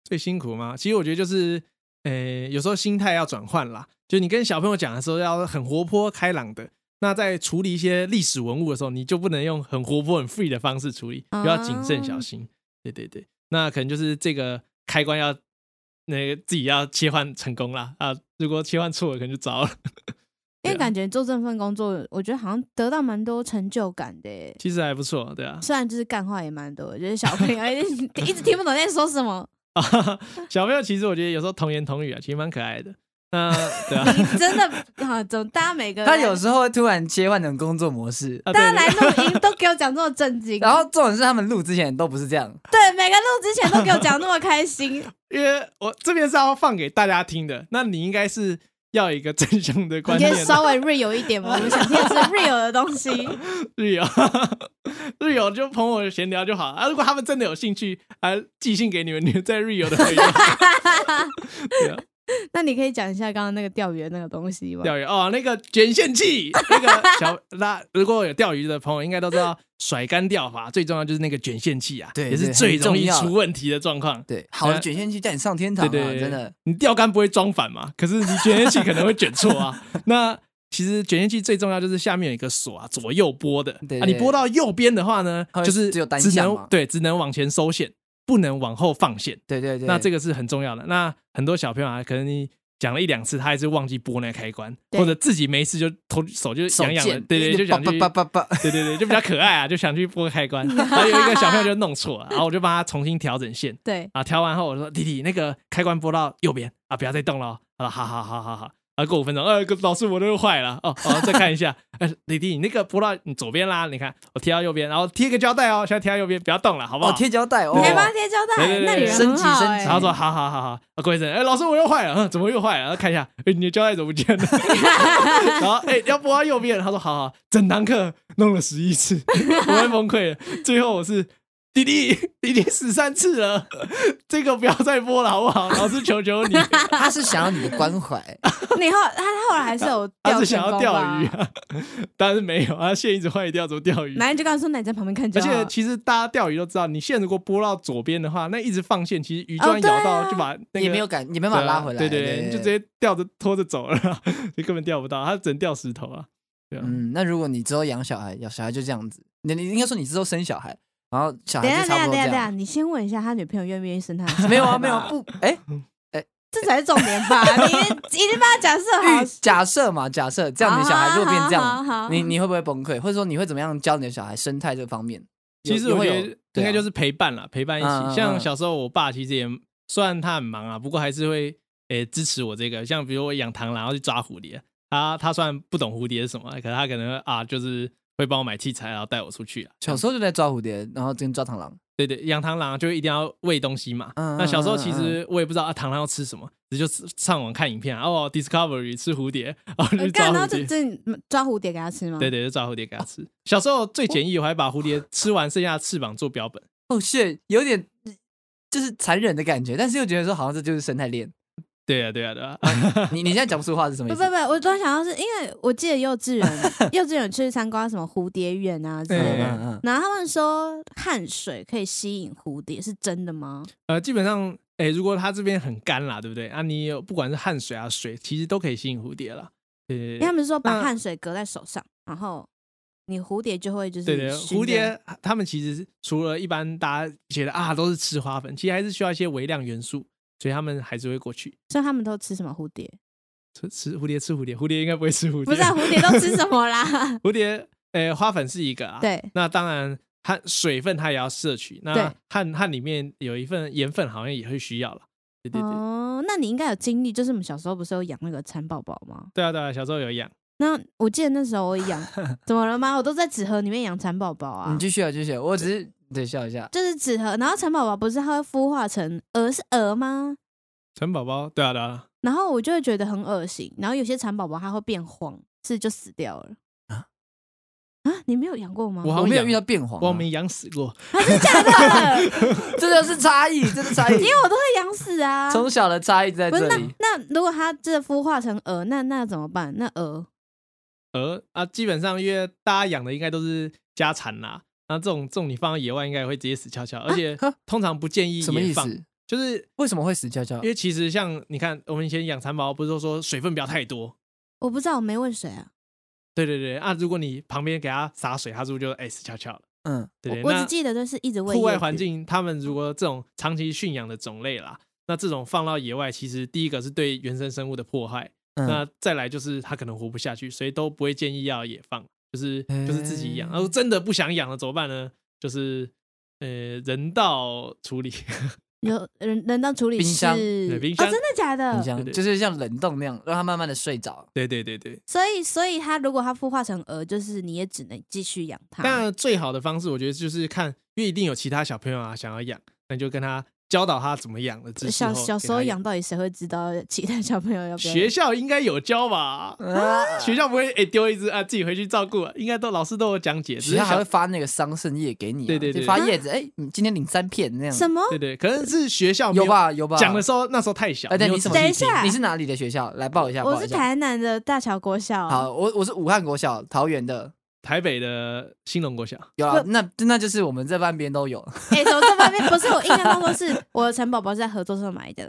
Speaker 1: 最辛苦吗？其实我觉得就是，呃，有时候心态要转换啦。就你跟小朋友讲的时候，要很活泼开朗的。那在处理一些历史文物的时候，你就不能用很活泼、很 free 的方式处理，
Speaker 2: 啊
Speaker 1: 比较谨慎小心。对对对，那可能就是这个开关要那个自己要切换成功啦啊！如果切换错了，可能就糟了。
Speaker 2: 因
Speaker 1: 对
Speaker 2: 为
Speaker 1: 啊
Speaker 2: 感觉做这份工作，我觉得好像得到蛮多成就感的耶。
Speaker 1: 其实还不错，对啊。
Speaker 2: 虽然就是干话也蛮多的，就是小朋 友一直一直听不懂在说什么，啊
Speaker 1: 小朋友其实我觉得有时候童言童语啊，其实蛮可爱的。那对 啊，
Speaker 2: 你真的啊，怎么大家每个
Speaker 3: 他
Speaker 2: 人
Speaker 3: 有时候会突然切换成工作模式，
Speaker 1: 啊
Speaker 2: 大家
Speaker 1: 对
Speaker 2: 来录音都给我讲这么震惊，
Speaker 3: 然后重点是他们录之前都不是这样，
Speaker 2: 对每个录之前都给我讲那么开 心，
Speaker 1: 因为我这边是要放给大家听的，那你应该是要有一个正向的
Speaker 2: 你
Speaker 1: 观
Speaker 2: 可
Speaker 1: 念
Speaker 2: 以。稍微 real 一点吗？我们想听的是 real 的东西。
Speaker 1: 日友， 日友就朋友闲聊就好啊。如果他们真的有兴趣，啊，寄信给你们，你们在日友的啊会员对啊
Speaker 2: 那你可以讲一下刚刚那个钓鱼的那个东西吗？
Speaker 1: 钓鱼哦，那个卷线器，那个小那如果有钓鱼的朋友，应该都知道甩竿钓法最重要就是那个卷线器啊，
Speaker 3: 对
Speaker 1: 也是
Speaker 3: 对
Speaker 1: 最
Speaker 3: 很重
Speaker 1: 容易
Speaker 3: 要
Speaker 1: 出问题的状况。
Speaker 3: 对，好的卷线机带你上天堂
Speaker 1: 对
Speaker 3: 啊，
Speaker 1: 对对，
Speaker 3: 真的，
Speaker 1: 你钓竿不会装反嘛？可是你卷烟器可能会卷错 啊。那其实卷烟器最重要就是下面有一个锁啊，左右拨的。
Speaker 3: 对
Speaker 1: 啊，你
Speaker 3: 对
Speaker 1: 拨到右边的话呢，
Speaker 3: 它会
Speaker 1: 就是
Speaker 3: 只有单
Speaker 1: 只
Speaker 3: 向
Speaker 1: 能
Speaker 3: 嘛
Speaker 1: 对，只能往前收线，不能往后放线。
Speaker 3: 对对对。
Speaker 1: 那这
Speaker 3: 个
Speaker 1: 个是很重要的。那很多小朋友啊，可能你讲了一两次，他还是忘记拨那个开关，
Speaker 2: 对
Speaker 1: 或者自己没事就头手就
Speaker 3: 手
Speaker 1: 痒痒的，
Speaker 3: 贱，
Speaker 1: 对对，就想去
Speaker 3: 叭叭叭叭，
Speaker 1: 对对对，就比较可爱啊，就想去拨开关。然后有一个小朋友就弄错了，然后我就帮他重新调整线。
Speaker 2: 对，
Speaker 1: 啊，调完后我说弟弟，那个开关拨到右边啊，不要再动了、哦。他说好好好好好。啊，过五分钟，呃，老师我的又坏了哦哦，再看一下，呃，弟弟你那个拨到你左边啦，你看我贴到右边，然后贴个胶带哦，现在贴到右边，不要动了，好不好？
Speaker 3: 哦，贴胶带，哦
Speaker 2: 你，还帮他贴胶
Speaker 1: 对
Speaker 2: 带，
Speaker 1: 对对
Speaker 2: 那你人很好
Speaker 3: 升级升级
Speaker 1: 然后
Speaker 2: 哎。
Speaker 1: 说好好好好，啊，过一阵，哎、老师我又坏了， 嗯，怎么又坏了？然后看一下，哎、你的胶带怎么不见了？ 然后哎、要拨到右边，他说好好，整堂课弄了十一次， 我会崩溃了。最后我是弟弟， 弟弟十三次了，这个不要再拨了好不好？老师求求 你，
Speaker 3: 他是想要你的 关怀，
Speaker 2: 你后他他后来还是有
Speaker 1: 他
Speaker 2: 钓
Speaker 1: 是
Speaker 2: 成
Speaker 1: 想要
Speaker 2: 功
Speaker 1: 钓
Speaker 2: 吧
Speaker 1: 鱼啊， 但是没有啊，线一直坏掉，怎么钓鱼？
Speaker 2: 然后你就刚说，那你在旁边看就
Speaker 1: 而
Speaker 2: 好。
Speaker 1: 且其实大家钓鱼都知道，你线如果拨到左边的话，那一直放线，其实鱼就
Speaker 2: 哦
Speaker 1: 算咬
Speaker 2: 对
Speaker 1: 到
Speaker 2: 啊
Speaker 1: 就把那个
Speaker 3: 也没有感，也没
Speaker 1: 对啊
Speaker 3: 办法拉回来，
Speaker 1: 对
Speaker 3: 对
Speaker 1: 对，就直接吊着拖着走了啦， 就根本钓不到，他只能吊石头啊。对啊，
Speaker 3: 嗯，那如果你之后养小孩，养小孩就这样子，你你应该说你之后生小孩，然后小
Speaker 2: 等一下，
Speaker 3: 孩就
Speaker 2: 等一
Speaker 3: 差
Speaker 2: 下，
Speaker 3: 不
Speaker 2: 等
Speaker 3: 多
Speaker 2: 一下，
Speaker 3: 这
Speaker 2: 等一下，
Speaker 3: 样。
Speaker 2: 你先问一下他女朋友愿不愿意生他？
Speaker 3: 没有啊，没有啊，，不， 哎，
Speaker 2: 这才是重点吧？你一定帮他假设好 啊
Speaker 3: 预，假设嘛，假设这样，你小孩如果变这
Speaker 2: 好好好好
Speaker 3: 样，你你会不会崩溃？或者说你会怎么样教你的小孩生态这方面？有
Speaker 1: 其实
Speaker 3: 也
Speaker 1: 我
Speaker 3: 会
Speaker 1: 觉
Speaker 3: 有
Speaker 1: 得应
Speaker 3: 对啊
Speaker 1: 该就是陪伴啦，陪伴一
Speaker 3: 嗯
Speaker 1: 起。
Speaker 3: 嗯嗯
Speaker 1: 像小时候我爸其实也虽然他很忙啊，不过还是会诶支持我这个。像比如我养螳螂，然后去抓蝴蝶，他他虽然不懂蝴蝶是什么，可是他可能啊就是会帮我买器材，然后带我出去啊。
Speaker 3: 小时候就在抓蝴蝶，然后跟抓螳螂，
Speaker 1: 对对，养螳螂就一定要喂东西嘛。
Speaker 3: 嗯
Speaker 1: 那小时候其实我也不知道啊，螳螂要吃什么，只就上网看影片啊，哦，Discovery 吃蝴蝶，然
Speaker 3: 呃
Speaker 1: 后就去抓
Speaker 2: 呃干，然后
Speaker 1: 蝴
Speaker 2: 就
Speaker 1: 蝶。
Speaker 2: 真抓蝴蝶给他吃吗？
Speaker 1: 对对，就抓蝴蝶给它吃。小时候
Speaker 2: 哦
Speaker 1: 最简易，我还把蝴蝶吃完，剩下的翅膀做标本。
Speaker 3: 哦，shit，有点就是残忍的感觉，但是又觉得说好像这就是生态链，
Speaker 1: 对啊，对啊，对 啊，
Speaker 3: 你你现在讲不出话是什么
Speaker 2: 不
Speaker 3: 意
Speaker 2: 不
Speaker 3: 思？
Speaker 2: 不，我突然想到是因为我记得幼稚 园幼稚园去参观什么蝴蝶园啊之
Speaker 3: 嗯
Speaker 2: 类
Speaker 1: 对
Speaker 2: 的，
Speaker 3: 嗯嗯，
Speaker 2: 然后他们说汗水可以吸引蝴蝶，是真的吗？
Speaker 1: 呃，基本上，哎、如果它这边很干啦，对不对？啊，你有不管是汗水啊水，其实都可以吸引蝴蝶啦。对
Speaker 2: 因为他们说把
Speaker 1: 那
Speaker 2: 汗水隔在手上，然后你蝴蝶就会就是
Speaker 1: 对对，
Speaker 2: 熏
Speaker 1: 蝴
Speaker 2: 着
Speaker 1: 蝶它们其实是除了一般大家觉得啊都是吃花粉，其实还是需要一些微量元素，所以它们还是会过去
Speaker 2: 所以他们都吃什么蝴蝶？
Speaker 1: 吃吃蝴蝶吃蝴蝶，蝴蝶应该不会吃蝴蝶，
Speaker 2: 不是、啊、蝴蝶都吃什么 啦？
Speaker 1: 蝴蝶，哎、花粉是一个啊，
Speaker 2: 对，
Speaker 1: 那当然，汗水分它也要摄取。那
Speaker 2: 对
Speaker 1: 汗汗里面有一份盐分，好像也会需要了。对对对，
Speaker 2: 哦，那你应该有经历，就是我们小时候不是有养那个蚕宝宝吗？
Speaker 1: 对啊对啊，小时候有养。
Speaker 2: 那我记得那时候我 养，怎么了吗？我都在纸盒里面养蚕宝宝啊
Speaker 3: 你，继续啊，继续啊，我只是对笑一下，
Speaker 2: 就是纸盒，然后蚕宝宝不是它会孵化成蛾是蛾吗？
Speaker 1: 蚕宝宝，对啊对啊，
Speaker 2: 然后我就会觉得很恶心，然后有些蚕宝宝它会变黄，是就死掉了
Speaker 3: 啊
Speaker 2: 啊你没有养过吗？
Speaker 1: 我好
Speaker 3: 我
Speaker 1: 像
Speaker 3: 没有
Speaker 1: 养
Speaker 3: 遇到变
Speaker 2: 哦
Speaker 3: 黄啊，
Speaker 1: 我没养死过。
Speaker 2: 还是假的？
Speaker 3: 这就是差异，这是差 异
Speaker 2: 因，为我都会养死啊。
Speaker 3: 从小的差异在
Speaker 2: 不是
Speaker 3: 这
Speaker 2: 那
Speaker 3: 里。
Speaker 2: 那如果它这孵化成蛾，那那怎么办？那蛾
Speaker 1: 而啊，基本上因为大家养的应该都是家蚕啦，那这种这种你放到野外应该也会直接死翘翘，
Speaker 2: 啊
Speaker 1: 而且
Speaker 3: 哈
Speaker 1: 通常不建议
Speaker 3: 什么意
Speaker 1: 野放，
Speaker 3: 思？
Speaker 1: 就是
Speaker 3: 为什么会死翘翘
Speaker 1: 因？为其实像你看，我们以前养蚕宝宝不是都说水分不要太多。
Speaker 2: 我不知道，我没问谁啊。
Speaker 1: 对对对啊！如果你旁边给它洒水，它是不是就哎死翘翘了？
Speaker 3: 嗯，
Speaker 1: 对对，
Speaker 2: 我我
Speaker 1: 那
Speaker 2: 只记得就是一直喂
Speaker 1: 户外
Speaker 2: 叶
Speaker 1: 环
Speaker 2: 子
Speaker 1: 境，他们如果这种长期驯养的种类啦，那这种放到野外，其实第一个是对原生生物的迫害，
Speaker 3: 嗯
Speaker 1: 那再来就是它可能活不下去，所以都不会建议要野放，就是就是自己养。
Speaker 3: 欸
Speaker 1: 然后真的不想养了怎么办呢？就是呃人道处理，
Speaker 2: 有人人道处理
Speaker 3: 冰箱
Speaker 2: 是
Speaker 1: 对冰
Speaker 2: 哦，
Speaker 1: 箱
Speaker 2: 真的假
Speaker 3: 你
Speaker 2: 的？
Speaker 3: 讲
Speaker 1: 对对
Speaker 3: 就是像冷冻那样，让它慢慢的睡着。
Speaker 1: 对对对对。
Speaker 2: 所以所以它如果它孵化成蛾，就是你也只能继续养它。
Speaker 1: 但最好的方式，我觉得就是看，因为一定有其他小朋友啊想要养，那你就跟他教导他怎么养的知识
Speaker 2: 呃小
Speaker 1: 后
Speaker 2: 小
Speaker 1: 给
Speaker 2: 时候
Speaker 1: 他
Speaker 2: 养，到底谁会知道其他小朋友要不要
Speaker 1: 学
Speaker 2: 养？
Speaker 1: 校应该有教吧？
Speaker 3: 啊
Speaker 1: 学校不会诶丢、一只啊，自己回去照顾，应该都老师都有讲解。只
Speaker 3: 学
Speaker 1: 是
Speaker 3: 校还
Speaker 1: 小
Speaker 3: 会发那个桑葚叶给你啊，
Speaker 1: 对对对
Speaker 3: 就发叶子，哎，你今天领三片那样。
Speaker 2: 什么？
Speaker 1: 对对，可能是学校没
Speaker 3: 有？吧有吧，
Speaker 1: 讲的时候那时候太小，
Speaker 3: 哎对
Speaker 1: 没有
Speaker 3: 你什
Speaker 1: 仔
Speaker 3: 么
Speaker 1: 细
Speaker 2: 等一
Speaker 1: 听
Speaker 2: 下
Speaker 3: 你是哪里的学校？来报一下，
Speaker 2: 我
Speaker 3: 报
Speaker 2: 是
Speaker 3: 一下。
Speaker 2: 台南的大桥国小，
Speaker 3: 好，我我是武汉国小，桃园的
Speaker 1: 台北的兴隆国小，
Speaker 3: 有啊，那那就是我们这半边 都有，
Speaker 2: 哎、怎么这方面不是我印象当中是我的蚕宝宝是在合作社买的，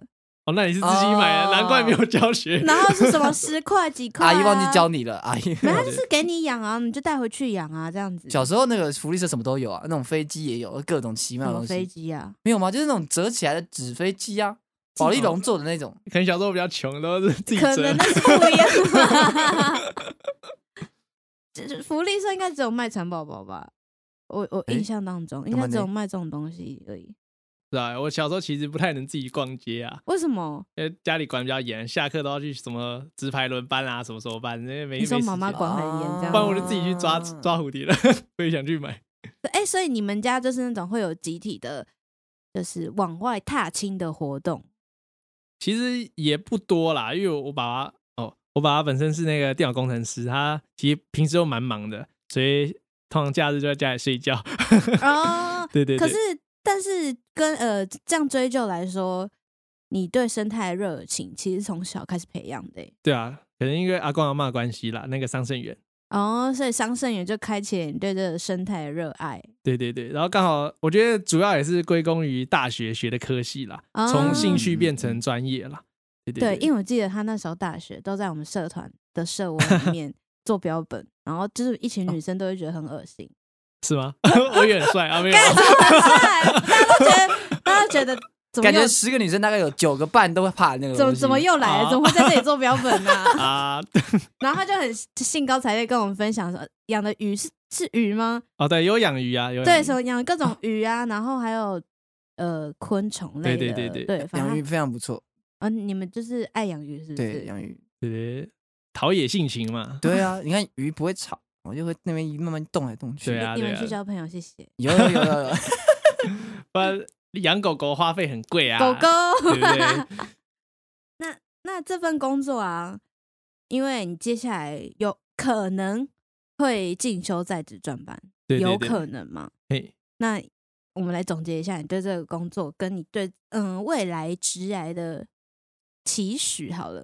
Speaker 1: 哦，那你是自己买的，
Speaker 3: 哦
Speaker 1: 难怪没有教学。
Speaker 2: 然后是什么十块几块、啊
Speaker 3: 阿姨忘记教，你了，阿姨。
Speaker 2: 没有，他就是给你养啊，你就带回去养啊，这样子。
Speaker 3: 小时候那个福利社什么都有啊，那种飞机也有，各种奇妙
Speaker 2: 什
Speaker 3: 的
Speaker 2: 么
Speaker 3: 东
Speaker 2: 飞
Speaker 3: 西。
Speaker 2: 机啊？
Speaker 3: 没有吗？就是那种折起来的纸飞机啊，宝丽龙做的那种。
Speaker 1: 可能小时候比较穷，都是自己
Speaker 2: 可
Speaker 1: 折
Speaker 3: 啊
Speaker 2: 能。那是不一 样吧。就是福利社应该只有卖蚕宝宝吧？我我
Speaker 3: 哎
Speaker 2: 印象当中、应
Speaker 3: 干嘛
Speaker 2: 该
Speaker 3: 呢
Speaker 2: 只有卖这种东西而已。
Speaker 1: 是啊，我小时候其实不太能自己逛街啊，
Speaker 2: 为什么？
Speaker 1: 因为家里管比较严，下课都要去什么直排轮班啊，什么什么班，因为没
Speaker 2: 你说
Speaker 1: 没时
Speaker 2: 妈妈
Speaker 1: 间
Speaker 2: 管很严这样
Speaker 1: 不然啊我就自己去抓
Speaker 3: 啊
Speaker 1: 抓蝴蝶了， 我也想去买。
Speaker 2: 哎、所以你们家就是那种会有集体的，就是往外踏青的活动。
Speaker 1: 其实也不多啦，因为我爸爸哦，我爸爸本身是那个电脑工程师，他其实平时都蛮忙的，所以通常假日就在家里睡觉。
Speaker 2: 哦，
Speaker 1: 对对对，
Speaker 2: 可是，但是跟呃这样追究来说，你对生态的热情其实从小开始培养的欸、
Speaker 1: 对啊，可能因为阿公阿妈关系啦，那个桑葚园，
Speaker 2: 哦，所以桑葚园就开启了你对这个生态的热爱。
Speaker 1: 对对对，然后刚好我觉得主要也是归功于大学学的科系啦，
Speaker 2: 哦
Speaker 1: 从兴趣变成专业啦。对
Speaker 2: 对，
Speaker 1: 对
Speaker 2: 因为我记得他那时候大学都在我们社团的社文 里面做标本，然后就是一
Speaker 1: 哦
Speaker 2: 群女生都会觉得很恶 心，
Speaker 1: 是吗？我也很帅啊，没有，
Speaker 2: 干什么菜？大家都觉得，大家都觉得怎么
Speaker 3: 感觉
Speaker 2: 又
Speaker 3: 十个女生大概有九个半都会怕那个
Speaker 2: 怎
Speaker 3: 东
Speaker 2: 么
Speaker 3: 西
Speaker 2: 怎么又来了？
Speaker 1: 啊
Speaker 2: 怎么会在这里做标本呢、
Speaker 1: 啊，
Speaker 2: 然后他就很兴高采烈跟我们分享说，养的鱼是是鱼吗？
Speaker 1: 哦对，有养鱼啊，有养
Speaker 2: 对，
Speaker 1: 鱼
Speaker 2: 什么养各种鱼啊，然后还有呃昆虫类的，
Speaker 1: 对对对对
Speaker 2: 对，反
Speaker 3: 养鱼
Speaker 2: 正
Speaker 3: 非常不错，
Speaker 2: 嗯、你们就是爱养鱼是不
Speaker 3: 对
Speaker 2: 是？
Speaker 3: 养鱼，
Speaker 1: 对对，陶冶性情 嘛，
Speaker 3: 对啊，你看鱼不会吵，我就会那边慢慢动来动去。
Speaker 1: 对啊
Speaker 2: 你
Speaker 1: 对
Speaker 2: 们
Speaker 1: 啊
Speaker 2: 去，交朋友，谢谢
Speaker 3: 有有 有有有，
Speaker 1: 不然养狗狗花费很贵啊，
Speaker 2: 狗狗。
Speaker 1: 对不对？
Speaker 2: 那 那这份工作啊，因为你接下来有可能会进修在职专班，
Speaker 1: 对
Speaker 2: 有
Speaker 1: 对对，
Speaker 2: 可能嘛？
Speaker 1: 嘿
Speaker 2: 那我们来总结一下，你对这个工作跟你对嗯未来职涯的期许好了，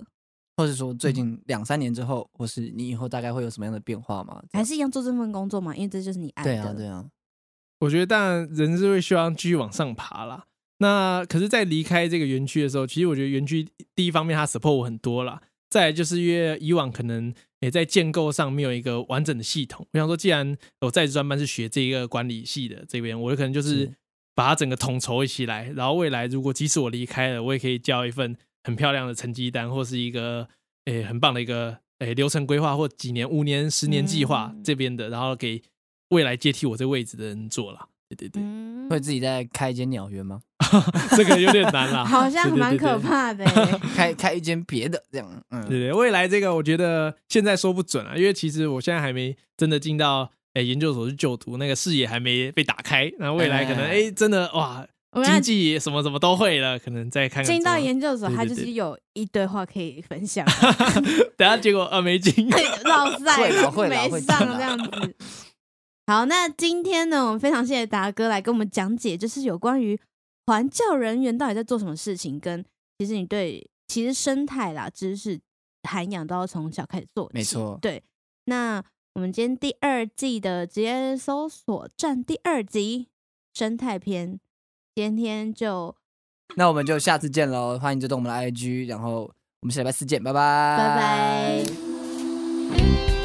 Speaker 3: 或者说
Speaker 1: 嗯
Speaker 3: 最近两三年之后，或是你以后大概会有什么样的变化吗？这
Speaker 2: 还
Speaker 3: 样
Speaker 2: 是一样做这份工作嘛，因为这就是你爱的。
Speaker 3: 对啊，对啊，
Speaker 1: 我觉得当然人是会希望继续往上爬啦。那可是，在离开这个园区的时候，其实我觉得园区第一方面它 support 我很多啦，再来就是因为以往可能也在建构上没有一个完整的系统。我想说，既然我在职专班是学这个管理系的这边，我可能就是
Speaker 3: 是
Speaker 1: 把它整个统筹起来，然后未来如果即使我离开了，我也可以交一份很漂亮的成绩单，或是一个诶、很棒的一个诶、流程规划，或几年、五年、十年计划
Speaker 2: 嗯
Speaker 1: 这边的，然后给未来接替我这位置的人做啦。 对对对，
Speaker 2: 嗯，
Speaker 3: 会自己再开一间鸟园吗？
Speaker 1: 这个有点难啦，
Speaker 2: 好像蛮可
Speaker 1: 啊对。对对对
Speaker 2: 怕的欸。
Speaker 3: 开开一间别的这样，嗯，
Speaker 1: 对对，未来这个我觉得现在说不准啊，因为其实我现在还没真的进到诶研究所去就读，那个视野还没被打开。那未来可能
Speaker 3: 哎
Speaker 1: 诶真的哇，
Speaker 2: 我们
Speaker 1: 经
Speaker 2: 要
Speaker 1: 济什么什么都会了，可能再看看
Speaker 2: 进到
Speaker 1: 之后，
Speaker 2: 研究所，
Speaker 1: 对对
Speaker 2: 他就是
Speaker 1: 对
Speaker 2: 有一堆话可以 分享，
Speaker 1: 等下结果啊没进。
Speaker 2: 老
Speaker 3: 会啦
Speaker 2: 赛
Speaker 3: 会啦
Speaker 2: 没
Speaker 3: 会
Speaker 2: 上
Speaker 3: 的啦
Speaker 2: 这样子。好，那今天呢，我们非常谢谢达哥来跟我们讲解，就是有关于环教人员到底在做什么事情，跟其实你对其实生态啦、知识涵养都要从小开始做起。
Speaker 3: 没错
Speaker 2: 对。那我们今天第二季的职业搜索站第二集生态篇，今天就
Speaker 3: 那我们就下次见喽，欢迎追踪我们的 IG，然后我们下礼拜四见，拜拜，
Speaker 2: 拜拜。